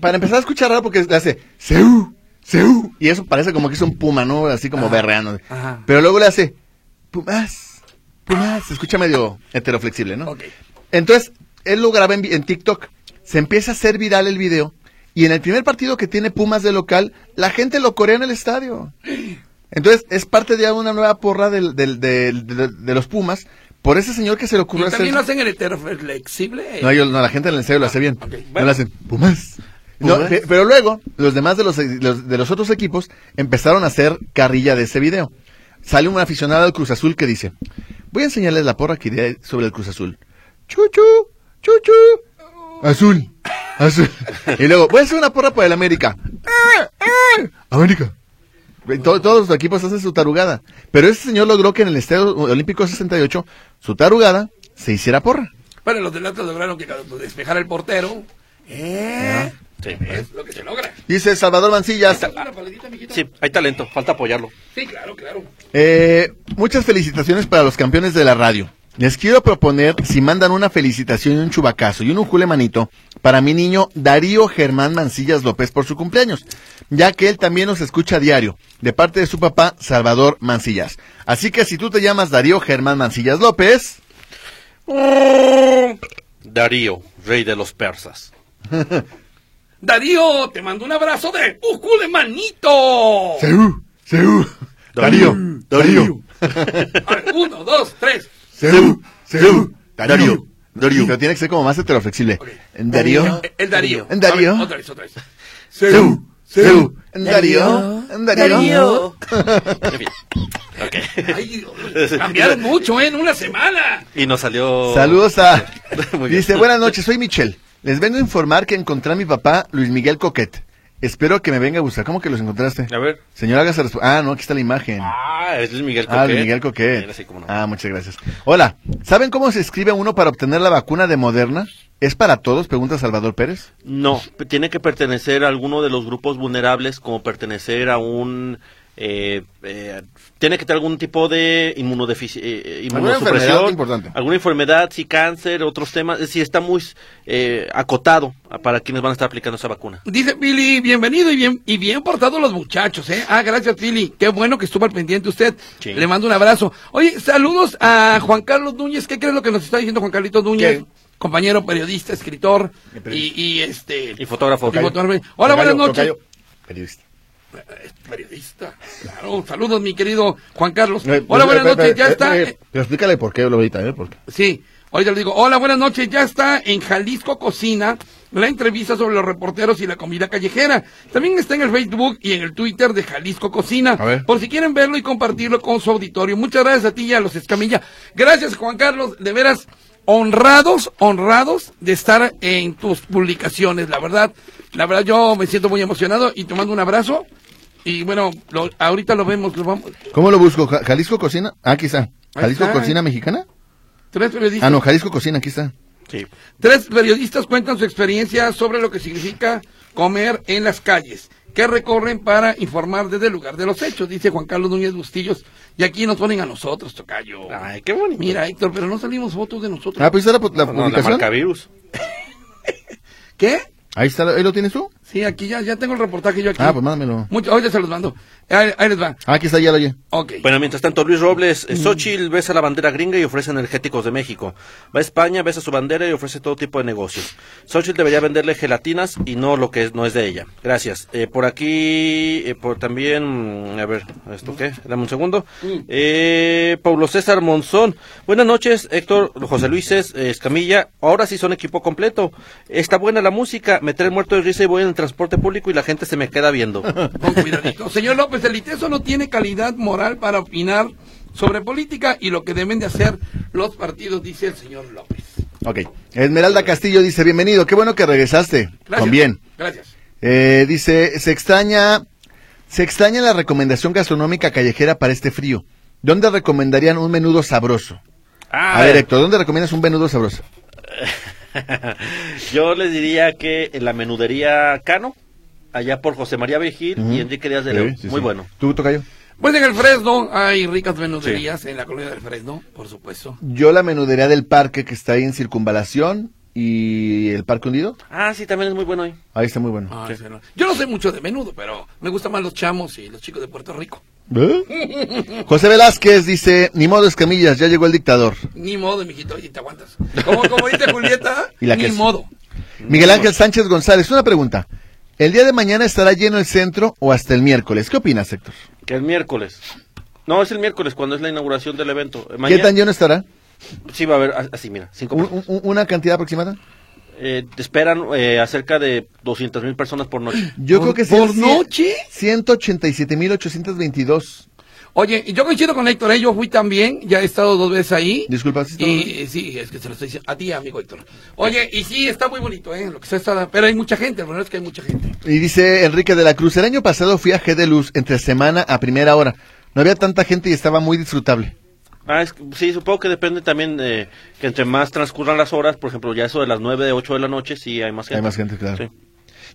Speaker 2: Para empezar a escuchar raro porque le hace Seu, Seu. Y eso parece como que es un puma, ¿no? Así como berreando.
Speaker 3: ajá.
Speaker 2: Pero luego le hace Pumas, Pumas. Se escucha medio heteroflexible, ¿no?
Speaker 3: Ok.
Speaker 2: Entonces, él lo graba en, vi- en TikTok. Se empieza a hacer viral el video. Y en el primer partido que tiene Pumas de local, la gente lo corea en el estadio. Entonces, es parte de una nueva porra del- del- del- de, de los Pumas por ese señor que se le
Speaker 3: Y
Speaker 2: ocurrió hacer.
Speaker 3: también lo hacen en heteroflexible.
Speaker 2: No, ellos- no, la gente en el estadio lo hace bien.
Speaker 3: Ah, ok.
Speaker 2: No
Speaker 3: Bueno.
Speaker 2: lo hacen Pumas. No,
Speaker 3: Pumas.
Speaker 2: pe- pero luego, los demás de los, eh, los- de los otros equipos empezaron a hacer carrilla de ese video. Sale un aficionado del Cruz Azul que dice: Voy a enseñarles la porra que diré sobre el Cruz Azul. Chuchu, chuchu, azul, azul. Y luego, voy a hacer una porra para el América. ¡Ah, ah! América. Y to- todos los equipos hacen su tarugada. Pero ese señor logró que en el Estadio Olímpico 68 su tarugada se hiciera porra.
Speaker 3: Bueno, los del Atlas lograron que pues, despejar el portero. Eh,
Speaker 1: Sí.
Speaker 3: es lo que se logra.
Speaker 2: Dice Salvador Mancillas.
Speaker 3: Una paletita, mijito.
Speaker 1: Sí, hay talento, falta apoyarlo.
Speaker 3: Sí, claro, claro.
Speaker 2: Eh, muchas felicitaciones para los campeones de la radio. Les quiero proponer si mandan una felicitación y un chubacazo y un ujule manito para mi niño Darío Germán Mancillas López por su cumpleaños, ya que él también nos escucha a diario, de parte de su papá Salvador Mancillas. Así que si tú te llamas Darío Germán Mancillas López,
Speaker 1: Darío, rey de los persas.
Speaker 3: Darío, te mando un abrazo de Ucule Manito.
Speaker 2: Seú, Seú,
Speaker 1: Darío,
Speaker 2: Darío,
Speaker 3: A ver, uno, dos, tres.
Speaker 2: Seú, Seú, Darío, Darío. Pero tiene que ser como más heteroflexible. Darío.
Speaker 3: El, el Darío.
Speaker 2: El Darío.
Speaker 3: A ver, otra vez, otra vez.
Speaker 2: Seu, seu, Darío, Darío.
Speaker 1: En fin. Ok.
Speaker 3: Ay, Dios, cambiaron mucho, ¿eh? En una semana.
Speaker 1: Y nos salió.
Speaker 2: Saludos a.
Speaker 1: Muy bien.
Speaker 2: Dice, buenas noches, soy Michelle. Les vengo a informar que encontré a mi papá Luis Miguel Coquet. Espero que me venga a buscar. ¿Cómo que los encontraste?
Speaker 1: A ver.
Speaker 2: Señor, hágase resp- Ah, no, aquí está la imagen.
Speaker 1: Ah, es Luis Miguel Coquet.
Speaker 2: Ah, Luis Miguel Coquet.
Speaker 1: Mira, sí, cómo no.
Speaker 2: Ah, muchas gracias. Hola, ¿saben cómo se escribe uno para obtener la vacuna de Moderna? ¿Es para todos? Pregunta Salvador Pérez.
Speaker 1: No, p- tiene que pertenecer a alguno de los grupos vulnerables, como pertenecer a un. eh, eh, tiene que tener algún tipo de inmunodefici- eh, eh,
Speaker 2: Alguna
Speaker 1: inmunosupresión.
Speaker 2: enfermedad importante.
Speaker 1: Alguna enfermedad, sí, cáncer, otros temas. Es decir, está muy eh, acotado a- para quienes van a estar aplicando esa vacuna.
Speaker 3: Dice Pili, bienvenido y bien, y bien portados los muchachos, ¿eh? Ah, gracias Pili, qué bueno que estuvo al pendiente usted.
Speaker 1: Sí.
Speaker 3: Le mando un abrazo. Oye, saludos a Juan Carlos Núñez, ¿qué crees lo que nos está diciendo Juan Carlitos Núñez?
Speaker 2: ¿Qué?
Speaker 3: Compañero periodista, escritor y,
Speaker 2: Periodista.
Speaker 3: y, este...
Speaker 1: Y fotógrafo.
Speaker 3: y fotógrafo. Hola, buenas
Speaker 2: Tocayo,
Speaker 3: noches.
Speaker 2: tocayo. Periodista.
Speaker 3: Periodista, claro, saludos mi querido Juan Carlos.
Speaker 2: Eh,
Speaker 3: Hola,
Speaker 2: eh,
Speaker 3: buenas
Speaker 2: eh,
Speaker 3: noches,
Speaker 2: eh,
Speaker 3: ya
Speaker 2: eh,
Speaker 3: está.
Speaker 2: eh, Pero explícale por qué lo ahorita, ¿eh? Porque...
Speaker 3: Sí, ahorita le digo, hola, buenas noches, ya está en Jalisco Cocina la entrevista sobre los reporteros y la comida callejera. También está en el Facebook y en el Twitter de Jalisco Cocina.
Speaker 2: A ver.
Speaker 3: Por si quieren verlo y compartirlo con su auditorio. Muchas gracias a ti y a los Escamilla. Gracias, Juan Carlos, de veras. Honrados, honrados de estar en tus publicaciones, la verdad. La verdad, yo me siento muy emocionado y te mando un abrazo. Y bueno, lo- ahorita lo vemos, lo vamos.
Speaker 2: ¿Cómo lo busco? Ja- ¿Jalisco Cocina? Ah, aquí está.
Speaker 3: Ahí
Speaker 2: ¿Jalisco
Speaker 3: está.
Speaker 2: Cocina Mexicana?
Speaker 3: Tres periodistas.
Speaker 2: Ah, no, Jalisco Cocina, aquí está.
Speaker 1: Sí.
Speaker 3: Tres periodistas cuentan su experiencia sobre lo que significa comer en las calles, que recorren para informar desde el lugar de los hechos, dice Juan Carlos Núñez Bustillos. Y aquí nos ponen a nosotros, Tocayo.
Speaker 1: Ay, qué bonito.
Speaker 3: Mira, Héctor, pero no salimos fotos de nosotros.
Speaker 2: Ah, pues ahí está la, pu- la
Speaker 1: No, la
Speaker 2: publicación.
Speaker 1: marca virus.
Speaker 2: Ah.
Speaker 3: ¿Qué?
Speaker 2: ahí está, ahí lo tienes tú.
Speaker 3: Sí, aquí ya, ya tengo el reportaje yo aquí.
Speaker 2: Ah, pues mándamelo.
Speaker 3: Mucho, ahorita se los mando. Ahí, ahí les va.
Speaker 2: Ah, aquí está, ya lo oye.
Speaker 3: Ok.
Speaker 1: Bueno, mientras tanto, Luis Robles, eh, Xochitl besa la bandera gringa y ofrece energéticos de México. Va a España, besa su bandera y ofrece todo tipo de negocios. Xochitl debería venderle gelatinas y no lo que es, no es de ella. Gracias. Eh, por aquí, eh, por también, mm, a ver, ¿esto qué? Dame un segundo. Eh, Pablo César Monzón. Buenas noches, Héctor, José Luis eh, Escamilla. Ahora sí son equipo completo. Está buena la música, me trae muerto de risa y voy en el transporte público y la gente se me queda viendo.
Speaker 3: Con cuidadito. Señor López, el ITESO no tiene calidad moral para opinar sobre política y lo que deben de hacer los partidos, dice el señor López.
Speaker 2: Ok. Esmeralda Castillo dice, bienvenido, qué bueno que regresaste.
Speaker 3: Gracias.
Speaker 2: Con bien.
Speaker 3: Gracias.
Speaker 2: Eh, dice, se extraña, se extraña la recomendación gastronómica callejera para este frío. ¿Dónde recomendarían un menudo sabroso?
Speaker 1: Ah,
Speaker 2: A, ver, Héctor, ¿dónde recomiendas un menudo sabroso?
Speaker 1: Yo les diría que en la menudería Cano, allá por José María Vigil y Enrique Díaz de
Speaker 2: Sí,
Speaker 1: León.
Speaker 2: sí,
Speaker 1: Muy
Speaker 2: sí.
Speaker 1: bueno.
Speaker 2: ¿Tú, Tocayo?
Speaker 3: Pues en el Fresno hay ricas menuderías en la colonia del Fresno, por supuesto.
Speaker 2: Yo la menudería del parque que está ahí en Circunvalación y el Parque Hundido.
Speaker 1: Ah, sí, también es muy bueno ahí.
Speaker 2: Ahí está muy bueno.
Speaker 3: Ah, ese no. Yo no sé mucho de menudo, pero me gustan más los chamos y los chicos de Puerto Rico.
Speaker 2: ¿Eh? José Velázquez dice, ni modo escamillas, ya llegó el dictador.
Speaker 3: Ni modo, mijito, y te aguantas. Como, como dice Julieta,
Speaker 2: Y la
Speaker 3: ni
Speaker 2: que es.
Speaker 3: modo.
Speaker 2: Miguel Ángel Sánchez González, una pregunta. ¿El día de mañana estará lleno el centro o hasta el miércoles? ¿Qué opinas, Héctor?
Speaker 1: Que el miércoles. No, es el miércoles cuando es la inauguración del evento. Eh,
Speaker 2: ¿Qué
Speaker 1: Mañana,
Speaker 2: tan lleno estará?
Speaker 1: Sí, va a haber a- así, mira, cinco
Speaker 2: ¿Un-
Speaker 1: personas.
Speaker 2: un- ¿Una cantidad aproximada?
Speaker 1: Eh, te esperan eh, acerca de 200 mil personas por noche.
Speaker 2: Yo
Speaker 3: ¿Por-
Speaker 2: creo que
Speaker 3: por noche?
Speaker 2: 187.822.
Speaker 3: Oye, y yo coincido con Héctor, ¿eh? yo fui también, ya he estado dos veces ahí.
Speaker 2: Disculpa, ¿sí está
Speaker 3: Y eh, sí, es que se lo estoy diciendo a ti, amigo Héctor. Oye, y sí, está muy bonito, ¿eh? Lo que se está, pero hay mucha gente, el problema es que hay mucha gente.
Speaker 2: Y dice Enrique de la Cruz, el año pasado fui a G de Luz entre semana a primera hora. No había tanta gente y estaba muy disfrutable.
Speaker 1: Ah, es- sí, supongo que depende también de que entre más transcurran las horas, por ejemplo, ya eso de las 9, 8 de la noche, sí hay más gente.
Speaker 2: Hay más gente, claro.
Speaker 1: Sí.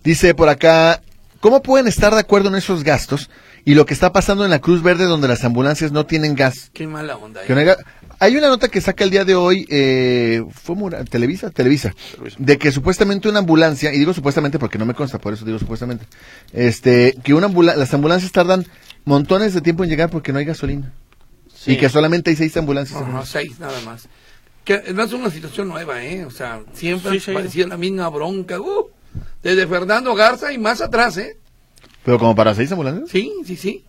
Speaker 2: Dice por acá, ¿cómo pueden estar de acuerdo en esos gastos y lo que está pasando en la Cruz Verde donde las ambulancias no tienen gas?
Speaker 3: Qué mala onda, ¿eh?
Speaker 2: Que no haya- Hay una nota que saca el día de hoy, eh, fue Mura- Televisa, Televisa,
Speaker 1: Televisa.
Speaker 2: de que supuestamente una ambulancia, y digo supuestamente porque no me consta, por eso digo supuestamente, este, que una ambula- las ambulancias tardan montones de tiempo en llegar porque no hay gasolina.
Speaker 1: Sí.
Speaker 2: Y que solamente hay seis ambulancias.
Speaker 3: No, no, seis nada más. Que no es una situación nueva, ¿eh? O sea, siempre
Speaker 1: Sí,
Speaker 3: han
Speaker 1: sí.
Speaker 3: parecido la misma bronca. ¡uh! desde Fernando Garza y más atrás, ¿eh?
Speaker 2: Pero como para seis ambulancias.
Speaker 3: Sí, sí, sí.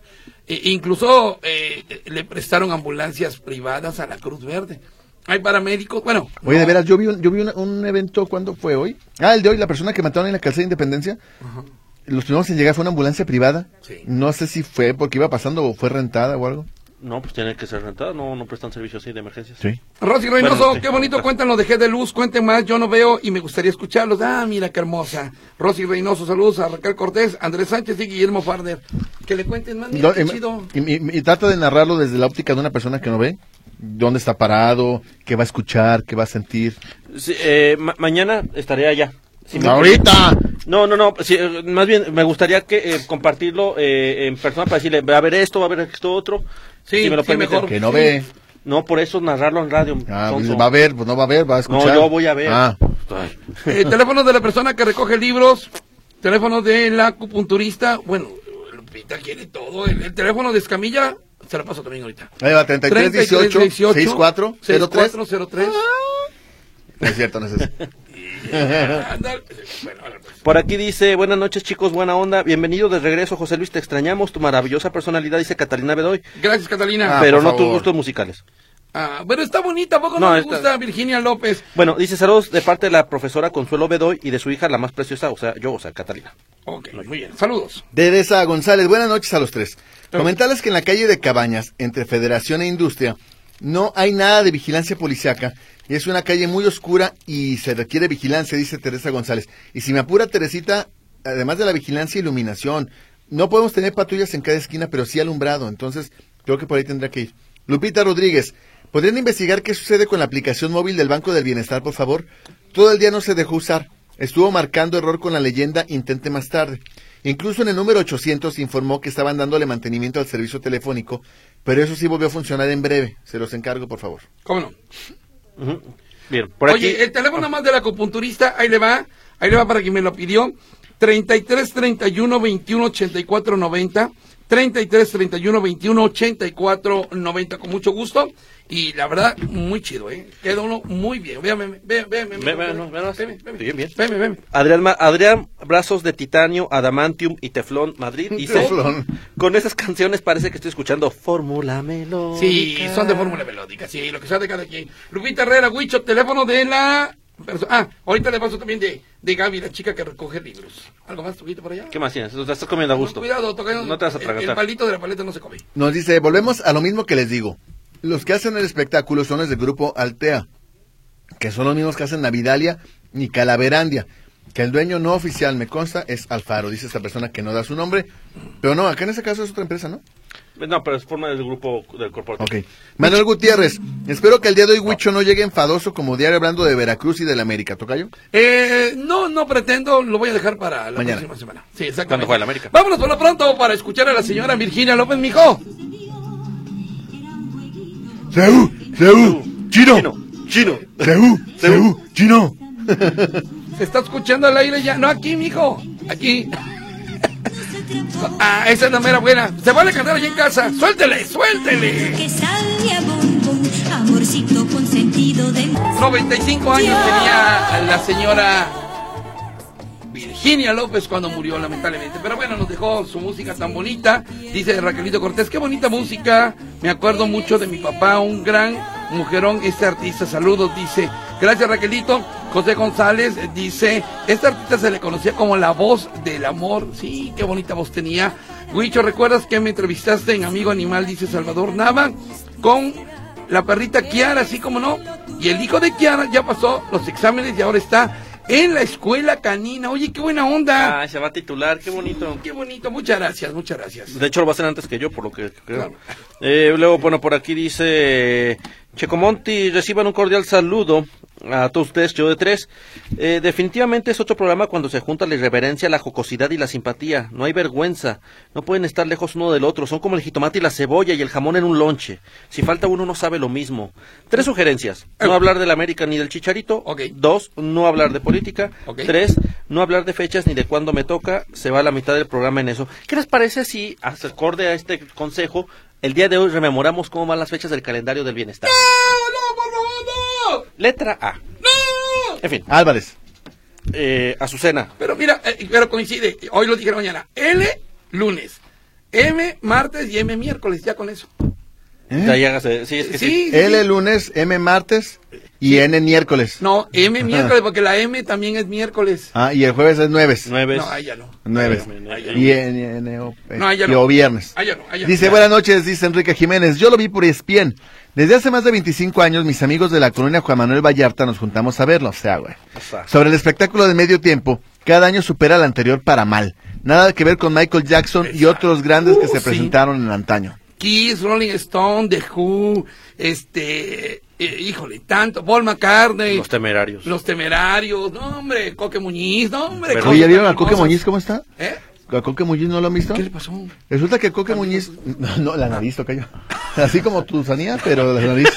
Speaker 3: E- incluso eh, le prestaron ambulancias privadas a la Cruz Verde. Hay paramédicos, bueno.
Speaker 2: Oye,
Speaker 3: no.
Speaker 2: de veras, yo vi, un, yo vi una- un evento, ¿cuándo fue hoy? Ah, el de hoy, la persona que mataron en la calzada de Independencia. Los primeros en llegar fue una ambulancia privada.
Speaker 3: Sí.
Speaker 2: No sé si fue porque iba pasando o fue rentada o algo.
Speaker 1: No, pues tiene que ser rentada, no, no prestan servicios así de emergencias.
Speaker 3: Rosy Reynoso,
Speaker 1: Bueno, sí.
Speaker 3: qué bonito, cuéntanos, dejé de luz, cuenten más, yo no veo y me gustaría escucharlos. Ah, mira qué hermosa. Rosy Reynoso, saludos a Raquel Cortés, Andrés Sánchez y Guillermo Farner. Que le cuenten más, mira
Speaker 2: No, em,
Speaker 3: qué
Speaker 2: y,
Speaker 3: chido.
Speaker 2: y- y- y trata de narrarlo desde la óptica de una persona que no ve. ¿Dónde está parado? ¿Qué va a escuchar? ¿Qué va a sentir?
Speaker 1: Sí, eh, ma- mañana estaré allá. Si me-
Speaker 2: ¡Ahorita!
Speaker 1: No, no, no, sí, eh, más bien me gustaría que eh, compartirlo eh, en persona para decirle, va a haber esto, va a haber esto otro.
Speaker 3: Sí,
Speaker 1: si me lo
Speaker 3: sí,
Speaker 1: permiten.
Speaker 3: mejor.
Speaker 2: Que no
Speaker 3: Sí.
Speaker 2: ve.
Speaker 1: No, por eso narrarlo en radio.
Speaker 2: Ah, pues,
Speaker 1: sonso.
Speaker 2: va a ver, pues no va a ver, va a
Speaker 1: No,
Speaker 2: escuchar.
Speaker 1: yo voy a ver.
Speaker 2: Ah,
Speaker 1: Ay.
Speaker 3: Eh, teléfono de la persona que recoge libros, teléfono de la acupunturista, bueno, Lupita quiere todo, el, el teléfono de Escamilla, se lo paso también ahorita.
Speaker 2: ahí va, 33, 18, 64, 03.
Speaker 3: 6403.
Speaker 2: No es cierto, no es eso.
Speaker 3: Ah, Ándale. Bueno, ahora pues.
Speaker 1: Por aquí dice, buenas noches chicos, buena onda, bienvenido de regreso José Luis, te extrañamos, tu maravillosa personalidad, dice Catalina Bedoy,
Speaker 3: Gracias, Catalina.
Speaker 2: Ah,
Speaker 1: pero
Speaker 2: por
Speaker 1: no tus
Speaker 2: favor.
Speaker 1: gustos musicales.
Speaker 3: Ah, pero está bonita, ¿a poco no,
Speaker 1: No,
Speaker 3: me
Speaker 1: está-
Speaker 3: gusta Virginia López?
Speaker 1: Bueno, dice saludos de parte de la profesora Consuelo Bedoy y de su hija la más preciosa, o sea, yo, o sea, Catalina.
Speaker 3: Ok, muy bien. Saludos.
Speaker 2: Teresa González, buenas noches a los tres. Comentarles que en la calle de Cabañas, entre Federación e Industria, no hay nada de vigilancia policiaca. y Es una calle muy oscura y se requiere vigilancia, dice Teresa González. Y si me apura Teresita, además de la vigilancia, iluminación. No podemos tener patrullas en cada esquina, pero sí alumbrado. Entonces, creo que por ahí tendrá que ir. Lupita Rodríguez, ¿podrían investigar qué sucede con la aplicación móvil del Banco del Bienestar, por favor? Todo el día no se dejó usar. Estuvo marcando error con la leyenda Intente más tarde. Incluso en el número 800 informó que estaban dándole mantenimiento al servicio telefónico, pero eso sí volvió a funcionar en breve. Se los encargo, por favor.
Speaker 3: ¿Cómo no?
Speaker 1: Ujú. Bien, por aquí...
Speaker 3: Oye, el teléfono más del acupunturista, ahí le va, ahí le va para quien me lo pidió. 33 31 21 84 90. 33 31 21 84 90. Con mucho gusto. Y la verdad, muy chido, ¿eh? Queda uno muy bien. Véame, véame, véame.
Speaker 1: Ve- ve- no, ve- no,
Speaker 3: Véame, véame.
Speaker 1: bien, bien.
Speaker 3: Véame, véame.
Speaker 1: Adrián, Ma- Adrián, brazos de titanio, adamantium y teflón, Madrid. Dice,
Speaker 2: Teflón.
Speaker 1: Con esas canciones parece que estoy escuchando Fórmula Melódica.
Speaker 3: Sí, son de fórmula melódica, sí, lo que sea de cada quien. Lupita Herrera, Huicho, teléfono de la... perso- Ah, ahorita le paso también de, de Gaby, la chica que recoge libros. ¿Algo más, Huguito, por allá?
Speaker 1: ¿Qué más tienes? Te estás comiendo a gusto.
Speaker 3: Cuidado, toca
Speaker 1: No te vas a
Speaker 3: el, el
Speaker 1: atragantar.
Speaker 3: palito de la paleta no se come.
Speaker 2: Nos dice, volvemos a lo mismo que les digo. Los que hacen el espectáculo son los del grupo Altea, que son los mismos que hacen Navidalia y Calaverandia, que el dueño no oficial, me consta, es Alfaro, dice esta persona que no da su nombre. Pero no, acá en ese caso es otra empresa, ¿no?
Speaker 1: No, pero es forma del grupo del corporativo.
Speaker 2: Ok. Manuel Gutiérrez, espero que el día de hoy Huicho no llegue enfadoso como diario hablando de Veracruz y del América. ¿Tocayo?
Speaker 3: Eh, no, no pretendo, lo voy a dejar para la
Speaker 2: Mañana.
Speaker 3: próxima semana. Sí,
Speaker 1: Cuando
Speaker 3: exactamente.
Speaker 1: juegue la América.
Speaker 3: Vámonos por lo pronto para escuchar a la señora Virginia López Mijo.
Speaker 2: Seú, Seú,
Speaker 1: Chino, chino.
Speaker 2: Seú, Seú, Chino.
Speaker 3: Se está escuchando al aire ya. No, aquí, mijo. Aquí. ah, esa es la mera buena. Se vale cantar allí en casa. Suéltele, suéltele.
Speaker 7: Que salga bombón, amorcito consentido de
Speaker 3: 95 años tenía la señora Virginia López cuando murió, lamentablemente. Pero bueno, nos dejó su música tan bonita. Dice Raquelito Cortés, qué bonita música. Me acuerdo mucho de mi papá, un gran mujerón, este artista. Saludos, dice. Gracias, Raquelito. José González eh, dice, este artista se le conocía como la voz del amor. Sí, qué bonita voz tenía. Huicho, ¿recuerdas que me entrevistaste en Amigo Animal? Dice Salvador Nava. Con la perrita Kiara, así como no. Y el hijo de Kiara ya pasó los exámenes y ahora está en la escuela canina. Oye, qué buena onda.
Speaker 1: Ah, se va a titular, qué bonito.
Speaker 3: Qué bonito, muchas gracias, muchas gracias.
Speaker 1: De hecho, lo va a hacer antes que yo, por lo que creo.
Speaker 3: Claro.
Speaker 1: Eh, luego, bueno, por aquí dice Checomonti, reciban un cordial saludo a todos ustedes, yo de tres. Eh, definitivamente es otro programa cuando se junta la irreverencia, la jocosidad y la simpatía. No hay vergüenza, no pueden estar lejos uno del otro. Son como el jitomate y la cebolla y el jamón en un lonche. Si falta uno, no sabe lo mismo. Tres sugerencias. No hablar del América ni del Chicharito.
Speaker 3: Ok.
Speaker 1: Dos, no hablar de política.
Speaker 3: Ok.
Speaker 1: Tres, no hablar de fechas ni de cuándo me toca. Se va a la mitad del programa en eso. ¿Qué les parece si, as- acorde a este consejo, el día de hoy rememoramos cómo van las fechas del calendario del bienestar? Letra A. En fin,
Speaker 2: Álvarez.
Speaker 1: eh, Azucena.
Speaker 3: Pero mira, eh, pero coincide, hoy lo dijeron mañana. L, lunes. M, martes y M, miércoles, ya con eso.
Speaker 2: ¿Eh?
Speaker 1: Ya llegas, eh, sí, es que sí.
Speaker 3: Sí, sí,
Speaker 2: L
Speaker 3: sí.
Speaker 2: lunes, M martes y N miércoles.
Speaker 3: No, M, miércoles, porque la M también es miércoles.
Speaker 2: Ah, y el jueves es nueve.
Speaker 1: Nueve.
Speaker 3: No, ahí ya no.
Speaker 2: Nueve.
Speaker 1: Ay, ay,
Speaker 2: Y en, en- en- o- eh,
Speaker 3: No, ahí ya
Speaker 2: y
Speaker 3: no.
Speaker 2: o viernes.
Speaker 3: Ahí ya no, ahí ya no.
Speaker 2: Dice,
Speaker 3: Ya.
Speaker 2: buenas noches, dice Enrique Jiménez. Yo lo vi por E ESPN. Desde hace más de 25 años, mis amigos de la colonia Juan Manuel Vallarta nos juntamos a verlo. O sea, güey.
Speaker 1: O sea.
Speaker 2: Sobre el espectáculo de medio tiempo, cada año supera al anterior para mal. Nada que ver con Michael Jackson y otros grandes que
Speaker 3: Uh,
Speaker 2: se
Speaker 3: sí.
Speaker 2: presentaron en antaño.
Speaker 3: Kiss, Rolling Stone, The Who, este, eh, híjole, tanto, Paul McCartney,
Speaker 1: Los temerarios.
Speaker 3: Los Temerarios, no hombre, Coque Muñiz, no hombre.
Speaker 1: Pero-
Speaker 3: cosas
Speaker 2: Oye, ¿ya vieron a
Speaker 3: tan
Speaker 2: Coque
Speaker 3: hermosas.
Speaker 2: Muñiz cómo está?
Speaker 3: ¿Eh?
Speaker 2: ¿A Coque Muñiz no lo han visto?
Speaker 3: ¿Qué le pasó?
Speaker 2: Resulta que
Speaker 3: Ah,
Speaker 2: Coque Muñiz.
Speaker 3: pues,
Speaker 2: No, no, la nariz toca yo. Así como tu sanía, pero la nariz.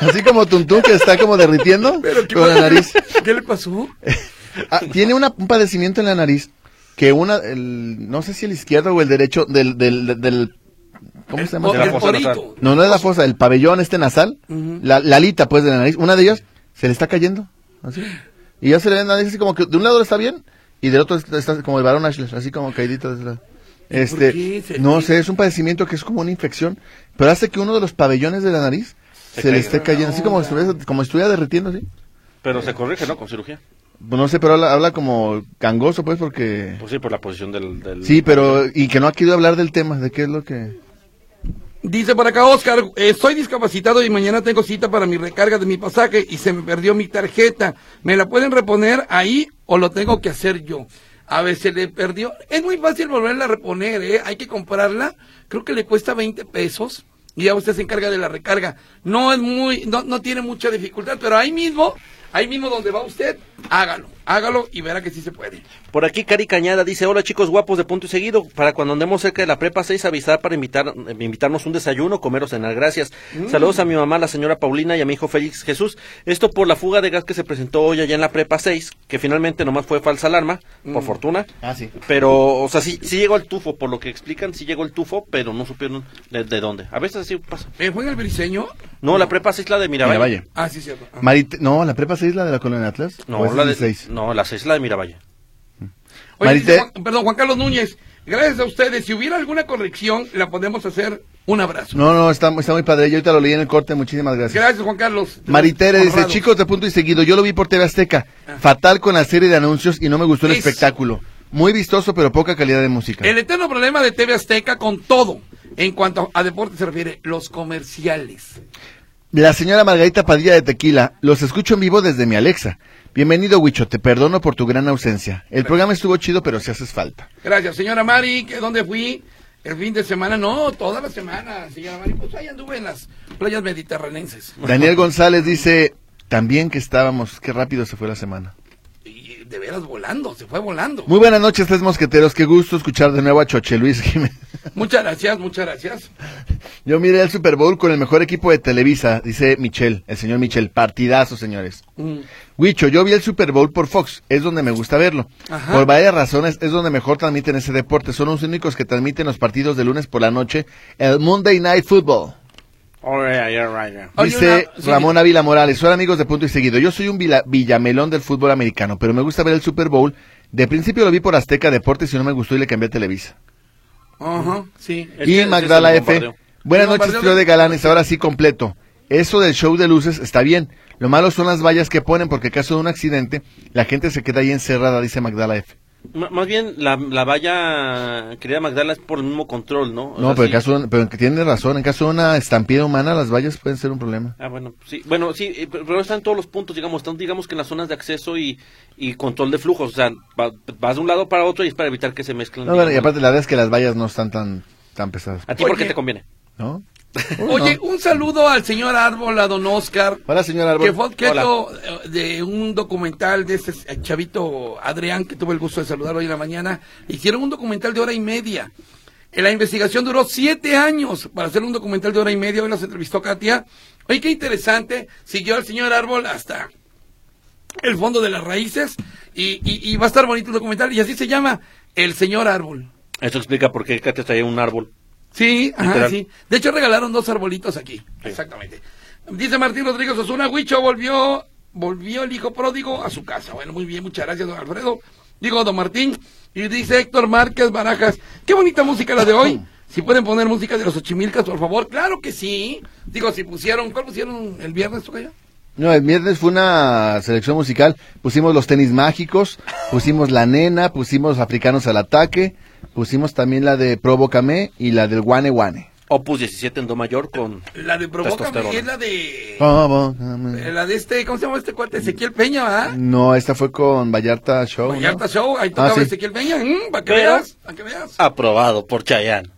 Speaker 2: Así como Tuntún que está como derritiendo con la nariz.
Speaker 3: ¿Qué le pasó?
Speaker 2: Ah, tiene una- un padecimiento en la nariz que una. el- no sé si el izquierdo o el derecho del. del, del- ¿Cómo se llama?
Speaker 3: O-
Speaker 1: De la
Speaker 3: el
Speaker 1: fosa
Speaker 3: porito.
Speaker 1: nasal.
Speaker 2: No, no es la fosa, el pabellón este nasal, la, la alita pues de la nariz, una de ellas se le está cayendo, así. Y ya se le ve la nariz así como que de un lado está bien y del otro está, está como el varón Ashley, así como caidito. desde la-
Speaker 3: qué se
Speaker 2: Este, no
Speaker 3: le-
Speaker 2: sé, es un padecimiento que es como una infección, pero hace que uno de los pabellones de la nariz se, le
Speaker 1: caiga.
Speaker 2: esté cayendo, así como, si estuviera- como si estuviera derritiendo, así.
Speaker 1: Pero se corrige, ¿no? Con cirugía.
Speaker 2: Pues no sé, pero habla, habla como gangoso pues porque...
Speaker 1: Pues sí, por la posición del... del-
Speaker 2: Sí, pero y que no ha querido hablar del tema, de qué es lo que...
Speaker 3: Dice por acá Oscar, eh, soy discapacitado y mañana tengo cita para mi recarga de mi pasaje y se me perdió mi tarjeta. ¿Me la pueden reponer ahí o lo tengo que hacer yo? A ver, se le perdió. Es muy fácil volverla a reponer, ¿eh? Hay que comprarla. Creo que le cuesta 20 pesos y ya usted se encarga de la recarga. No es muy, no, no tiene mucha dificultad, pero ahí mismo, ahí mismo donde va usted, hágalo, hágalo y verá que sí se puede.
Speaker 1: Por aquí Cari Cañada dice, hola chicos guapos de punto y seguido, para cuando andemos cerca de la prepa 6 avisar para invitar, eh, invitarnos un desayuno, comer o cenar, gracias.
Speaker 2: Mm.
Speaker 1: Saludos a mi mamá, la señora Paulina y a mi hijo Félix Jesús. Esto por la fuga de gas que se presentó hoy allá en la prepa 6, que finalmente nomás fue falsa alarma, por fortuna.
Speaker 2: Ah, sí.
Speaker 1: Pero, o sea, sí, sí llegó el tufo, por lo que explican, sí llegó el tufo, pero no supieron de, de dónde. A veces así pasa.
Speaker 3: ¿Me fue en el briseño?
Speaker 1: No, la prepa 6 la de Miravalle.
Speaker 2: Miravalle.
Speaker 3: Ah, sí, cierto. Ah.
Speaker 2: Marit- no, la prepa 6 la de la colonia Atlas. ¿O
Speaker 1: No,
Speaker 2: Pues es
Speaker 1: la de,
Speaker 2: 16?
Speaker 1: no, la 6 la de Miravalle.
Speaker 3: Oye, dice
Speaker 2: Marité.
Speaker 3: Juan- perdón, Juan Carlos Núñez, gracias a ustedes. Si hubiera alguna corrección, la podemos hacer. Un abrazo.
Speaker 2: No, no, está, está muy padre. Yo ahorita lo leí en el corte. Muchísimas gracias.
Speaker 3: Gracias, Juan Carlos.
Speaker 2: Maritere dice,
Speaker 3: Honrados.
Speaker 2: chicos de punto y seguido, yo lo vi por TV Azteca. Fatal con la serie de anuncios y no me gustó el
Speaker 3: Eso.
Speaker 2: espectáculo. Muy vistoso, pero poca calidad de música.
Speaker 3: El eterno problema de TV Azteca con todo, en cuanto a deporte se refiere, los comerciales.
Speaker 2: La señora Margarita Padilla de Tequila, los escucho en vivo desde mi Alexa. Bienvenido, Huicho, te perdono por tu gran ausencia. El programa estuvo chido, pero si haces falta.
Speaker 3: Gracias, señora Mari, que dónde fui. El fin de semana, no, toda la semana, señora Mari. Pues ahí anduve en las playas mediterranenses.
Speaker 2: Daniel González dice también que estábamos, qué rápido se fue la semana.
Speaker 3: Y de veras volando, se fue volando.
Speaker 2: Muy buenas noches, tres mosqueteros. Qué gusto escuchar de nuevo a Choche Luis Jiménez.
Speaker 3: Muchas gracias, muchas gracias.
Speaker 2: Yo miré el Super Bowl con el mejor equipo de Televisa, dice Michel, el señor Michel. Partidazo, señores.
Speaker 3: Mm.
Speaker 2: Huicho, yo vi el Super Bowl por Fox, es donde me gusta verlo.
Speaker 3: Ajá.
Speaker 2: Por varias razones, es donde mejor transmiten ese deporte. Son los únicos que transmiten los partidos de lunes por la noche, el Monday Night Football.
Speaker 1: All right, all right, all right.
Speaker 3: Oye,
Speaker 2: Dice
Speaker 3: Oh, una- sí.
Speaker 2: Ramón Ávila Morales, hola amigos de Punto y Seguido, yo soy un vila- villamelón del fútbol americano, pero me gusta ver el Super Bowl. De principio lo vi por Azteca Deportes y no me gustó y le cambié a Televisa.
Speaker 3: Ajá, sí.
Speaker 1: Es que
Speaker 2: Y
Speaker 1: ese
Speaker 2: Magdala
Speaker 1: es el
Speaker 2: F.
Speaker 1: bombardeo.
Speaker 2: Buenas
Speaker 3: El
Speaker 2: noches,
Speaker 3: bombardeo
Speaker 2: trío
Speaker 3: de-
Speaker 2: de galanes, ahora sí completo. Eso del show de luces está bien. Lo malo son las vallas que ponen porque en caso de un accidente, la gente se queda ahí encerrada, dice Magdala F.
Speaker 1: M- más bien, la, la valla, querida Magdala, es por el mismo control, ¿no? O
Speaker 2: No,
Speaker 1: sea,
Speaker 2: pero, en
Speaker 1: sí.
Speaker 2: caso de un- pero que tiene razón, en caso de una estampida humana, las vallas pueden ser un problema.
Speaker 1: Ah, bueno, sí, bueno, sí, eh, pero pero están todos los puntos, digamos, están, digamos que en las zonas de acceso y, y control de flujos, o sea, va- vas de un lado para otro y es para evitar que se mezclen.
Speaker 2: No, bueno, y
Speaker 1: digamos.
Speaker 2: aparte la verdad es que las vallas no están tan, tan pesadas,
Speaker 1: ¿A ti por qué
Speaker 3: Oye.
Speaker 1: te conviene?
Speaker 2: ¿no?
Speaker 3: Oye, un saludo al señor Árbol, a don Oscar,
Speaker 2: Hola, señora Árbol.
Speaker 3: que fue objeto eh, de un documental de este eh, chavito Adrián, que tuve el gusto de saludar hoy en la mañana. Hicieron un documental de hora y media. Eh, La investigación duró siete años para hacer un documental de hora y media. Hoy nos entrevistó Katia. Oye, qué interesante. Siguió al señor Árbol hasta el fondo de las raíces y, y- y va a estar bonito el documental. Y así se llama El Señor Árbol.
Speaker 1: Eso explica por qué Katia traía un árbol.
Speaker 3: Sí, ajá,
Speaker 1: Literal.
Speaker 3: sí. De hecho, regalaron dos arbolitos aquí. Exactamente. Dice Martín Rodríguez Osuna, Huicho volvió, volvió el hijo pródigo a su casa. Bueno, muy bien, muchas gracias, don Alfredo. Digo, don Martín. Y dice Héctor Márquez Barajas, qué bonita música la de hoy. Si pueden poner música de los Ochimilcas, por favor. Claro que sí. Digo, si pusieron, ¿cuál pusieron el viernes, tocayo?
Speaker 2: No, el viernes fue una selección musical. Pusimos los tenis mágicos, pusimos la nena, pusimos africanos al ataque, pusimos también la de Provócame y la del Guane Guane.
Speaker 1: Opus 17 en Do mayor con...
Speaker 3: La de Provócame
Speaker 1: Testosterona.
Speaker 3: es la de...
Speaker 2: Ah. Provócame.
Speaker 3: La de este, ¿cómo se llama este cuate? Ezequiel Peña, ¿ah?
Speaker 2: No, esta fue con Vallarta Show. ¿no?
Speaker 3: Vallarta Show, ahí tocaba
Speaker 2: Mm. Ah, sí.
Speaker 3: Ezequiel Peña, para que
Speaker 1: Pero-
Speaker 3: veas, para que veas.
Speaker 1: Aprobado por Chayanne.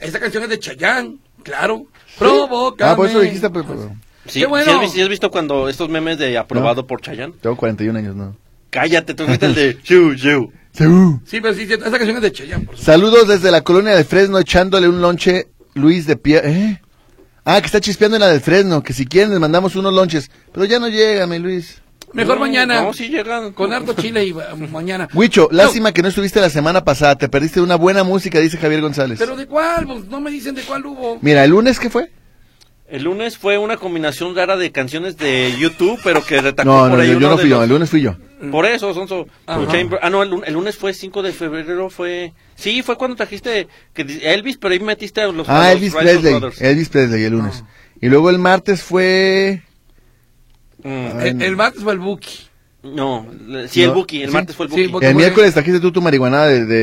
Speaker 3: Esa canción es de Chayanne, claro. Provoca.
Speaker 2: Ah, por eso dijiste, pero- pero-
Speaker 1: Sí,
Speaker 3: Qué
Speaker 1: ¿sí has,
Speaker 3: bueno.
Speaker 1: visto, sí has visto cuando estos memes de aprobado por Chayanne?
Speaker 2: Tengo 41 años, ¿no?
Speaker 1: Cállate, tú fuiste el de... Yu, yu.
Speaker 3: Sí, pero sí, sí, esa canción es de Chayanne, por supuesto.
Speaker 2: Saludos desde la colonia de Fresno, echándole un lonche Luis de pie. ¿Eh? Ah, que está chispeando en la del Fresno, que si quieren les mandamos unos lonches. Pero ya no llega, mi Luis.
Speaker 3: Mejor
Speaker 1: No,
Speaker 3: mañana.
Speaker 1: No, sí llegan.
Speaker 3: Con harto chile y eh, mañana.
Speaker 2: Huicho,
Speaker 3: No,
Speaker 2: lástima que no estuviste la semana pasada, te perdiste una buena música, dice Javier González.
Speaker 3: Pero de cuál, pues, no me dicen de cuál hubo.
Speaker 2: Mira, el lunes qué fue?
Speaker 1: El lunes fue una combinación rara de canciones de YouTube, pero que retacó
Speaker 2: No,
Speaker 1: por
Speaker 2: no,
Speaker 1: ahí
Speaker 2: yo, yo
Speaker 1: uno
Speaker 2: no
Speaker 1: de
Speaker 2: fui yo,
Speaker 1: los-
Speaker 2: el lunes fui yo.
Speaker 1: Por eso, Sonso.
Speaker 3: Ajá.
Speaker 1: Chamber- Ah, no, el, lun- el lunes fue 5 de febrero, fue... Sí, fue cuando trajiste que di- Elvis, pero ahí metiste a los... a
Speaker 2: Ah,
Speaker 1: los
Speaker 2: Elvis
Speaker 1: Righteous
Speaker 2: Presley, Eh,
Speaker 1: Brothers. Ah.
Speaker 2: Elvis Presley el lunes. Y luego el martes fue...
Speaker 1: Mm,
Speaker 3: Eh, El, el martes fue el Buki.
Speaker 1: no, le- sí, el
Speaker 2: No,
Speaker 1: Buki, el
Speaker 2: sí.
Speaker 1: martes fue el
Speaker 3: Sí,
Speaker 1: Buki.
Speaker 3: Buki.
Speaker 2: El miércoles trajiste tú tu marihuana de, de-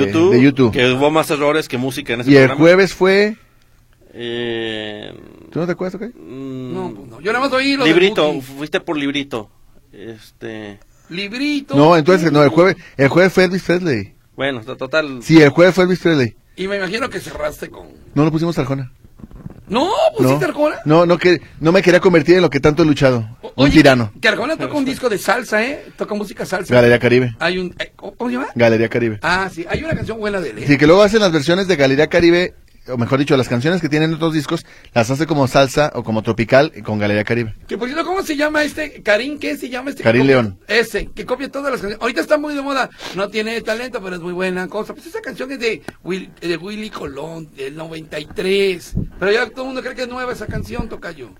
Speaker 1: de, YouTube,
Speaker 2: de YouTube.
Speaker 1: Que hubo más errores que música en ese
Speaker 2: Y el
Speaker 1: programa.
Speaker 2: jueves fue...
Speaker 1: Eh,
Speaker 2: ¿Tú no te acuerdas, ok?
Speaker 1: mm,
Speaker 3: No, pues, no. Yo nada más oí lo del
Speaker 1: Librito,
Speaker 3: Buki.
Speaker 1: fuiste por librito. Este,
Speaker 3: Librito.
Speaker 2: No, entonces, no, el jueves, el jueves fue Elvis Presley.
Speaker 1: bueno, to- total.
Speaker 2: Sí, el jueves fue Elvis Presley.
Speaker 3: Y me imagino que cerraste con.
Speaker 2: No lo pusimos Arjona.
Speaker 3: No,
Speaker 1: ¿Oh,
Speaker 3: pues
Speaker 2: No,
Speaker 3: sí, Arjona.
Speaker 2: no, no, que, no me quería convertir en lo que tanto he luchado.
Speaker 3: O-
Speaker 2: Un
Speaker 3: oye,
Speaker 2: tirano.
Speaker 3: Que Arjona toca un disco de salsa, ¿eh? Toca música salsa.
Speaker 2: Galería Caribe.
Speaker 1: Ah.
Speaker 3: Hay un. eh, ¿Cómo cómo se llama?
Speaker 2: Galería Caribe.
Speaker 3: Ah, sí. Hay una canción buena de él. ¿eh?
Speaker 2: Sí, que luego hacen las versiones de Galería Caribe, o mejor dicho, las canciones que tienen otros discos, las hace como salsa o como tropical con Galería Caribe.
Speaker 3: Que por cierto, ¿cómo se llama este? Karim, ¿qué se llama este?
Speaker 2: Karim
Speaker 3: Que copia-
Speaker 2: León.
Speaker 3: Ese, que copia todas las canciones. Ahorita está muy de moda. No tiene talento, pero es muy buena cosa. Pues esa canción es de, Will- de Willy Colón, del 93. Pero ya todo el mundo cree que es nueva esa canción, Tocayo.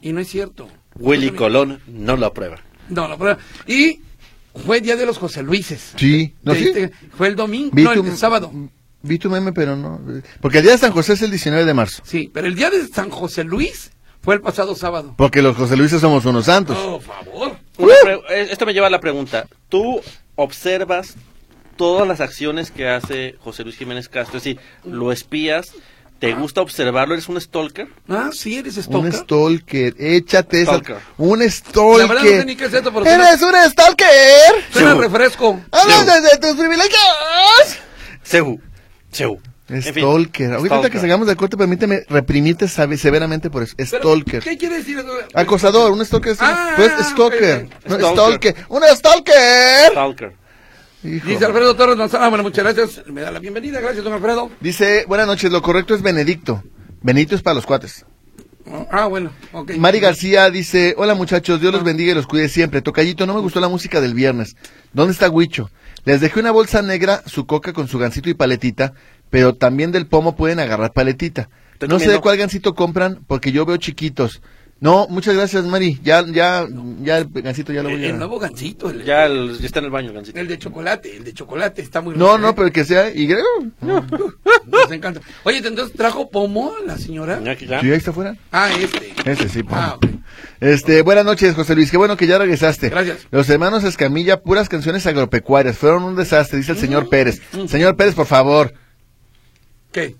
Speaker 3: Y no es cierto.
Speaker 1: Willy Colón no lo aprueba.
Speaker 3: No, no, pero... Y fue el día de los José Luises.
Speaker 2: Sí, ¿no
Speaker 3: Te
Speaker 2: sí?
Speaker 3: diste- Fue el domingo, no, el, sábado.
Speaker 2: Vi tu meme, pero no. eh, Porque el día de San José es el 19 de marzo.
Speaker 3: Sí, pero el día de San José Luis fue el pasado sábado. Oh,
Speaker 2: Porque los José Luises somos unos santos.
Speaker 3: Por favor.
Speaker 1: Una pre- eh, Esto me lleva a la pregunta. ¿Tú observas todas las acciones que hace José Luis Jiménez Castro? Es decir, ¿lo espías? ¿Te gusta observarlo? ¿Eres un stalker?
Speaker 3: Ah, sí, eres
Speaker 2: Un
Speaker 3: stalker.
Speaker 2: stalker, échate esa.
Speaker 1: Stalker.
Speaker 2: Un
Speaker 3: La verdad no sé
Speaker 2: stalker.
Speaker 3: ni qué es esto, pero suena-
Speaker 2: ¡Eres un stalker!
Speaker 3: Suena refresco.
Speaker 2: ¡Hablas desde tus privilegios!
Speaker 1: Sehu. Seu. En fin.
Speaker 2: Stalker. Ahorita
Speaker 1: Stalker.
Speaker 2: que salgamos del corte, permíteme reprimirte sabe- severamente por eso.
Speaker 3: Pero,
Speaker 2: Stalker.
Speaker 3: ¿Qué quiere decir? eso?
Speaker 2: Acosador, un stalker es,
Speaker 3: Ah,
Speaker 2: pues, stalker.
Speaker 3: ok, ok.
Speaker 2: No,
Speaker 1: Stalker.
Speaker 2: stalker. ¡Un stalker!
Speaker 1: Stalker.
Speaker 2: Hijo.
Speaker 3: Dice Alfredo Torres Manzana, bueno, muchas gracias. Me da la bienvenida, gracias, don Alfredo.
Speaker 2: Dice, buenas noches, lo correcto es Benedicto. Benedicto es para los cuates.
Speaker 3: Ah, bueno, ok. Ah.
Speaker 2: Mari García dice, hola muchachos, Dios los bendiga y los cuide siempre. Tocayito, no me gustó la música del viernes. ¿Dónde está Huicho? Les dejé una bolsa negra, su coca con su gancito y paletita, pero también del pomo pueden agarrar paletita.
Speaker 1: Te
Speaker 2: No sé
Speaker 1: comiendo.
Speaker 2: de cuál gancito compran, porque yo veo chiquitos. No, muchas gracias, Mari. Ya, ya, ya el gancito ya lo
Speaker 3: El,
Speaker 2: voy
Speaker 3: el
Speaker 2: a...
Speaker 3: nuevo gancito, el,
Speaker 1: Ya, el- ya está en el baño, Gancito.
Speaker 3: el de chocolate, el de chocolate está muy
Speaker 2: No,
Speaker 3: rico, ¿eh?
Speaker 2: no, pero que sea Y.
Speaker 3: Nos encanta. Oye, entonces trajo pomo la señora.
Speaker 1: Ya que ya.
Speaker 2: Sí, ahí está afuera.
Speaker 3: Ah, este.
Speaker 2: Ese sí, pomo.
Speaker 3: Ah, ok.
Speaker 2: Este, buenas noches, José Luis. Qué bueno que ya regresaste.
Speaker 3: Gracias.
Speaker 2: Los hermanos Escamilla, puras canciones agropecuarias. Fueron un desastre,
Speaker 3: Mm.
Speaker 2: dice el señor Pérez. Señor Pérez, por favor.
Speaker 3: ¿Qué?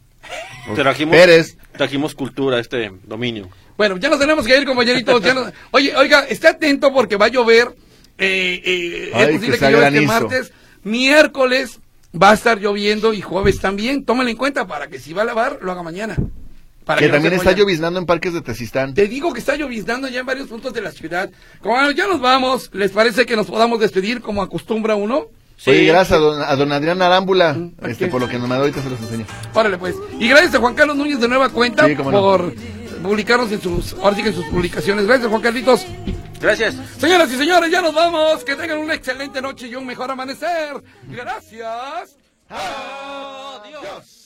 Speaker 1: Trajimos,
Speaker 2: Pérez.
Speaker 1: trajimos cultura a este dominio.
Speaker 3: Bueno, ya nos tenemos que ir, compañeritos. ya nos- Oye, oiga, esté atento porque va a llover. eh, eh,
Speaker 2: Ay,
Speaker 3: es
Speaker 2: que
Speaker 3: posible que,
Speaker 2: sea
Speaker 3: llueva este
Speaker 2: granizo.
Speaker 3: martes. Miércoles va a estar lloviendo y jueves también. Tómenlo en cuenta para que si va a lavar, lo haga mañana. Para
Speaker 2: que
Speaker 3: no
Speaker 2: también
Speaker 3: se
Speaker 2: está
Speaker 3: molle.
Speaker 2: lloviznando en parques de Tezistán.
Speaker 3: Te digo que está lloviznando ya en varios puntos de la ciudad. Como ya nos vamos, ¿les parece que nos podamos despedir como acostumbra uno?
Speaker 2: Oye, gracias a don, a don Adrián Arámbula,
Speaker 3: ¿a
Speaker 2: este,
Speaker 3: qué?
Speaker 2: por lo que nos mandó ahorita se los enseño.
Speaker 3: Órale pues. Y gracias a Juan Carlos Núñez de Nueva Cuenta
Speaker 2: Sí, cómo no.
Speaker 3: por publicarnos en sus, ahora sí que en sus publicaciones. Gracias, Juan Carlitos.
Speaker 1: Gracias.
Speaker 3: Señoras y señores, ya nos vamos. Que tengan una excelente noche y un mejor amanecer. Gracias. Adiós.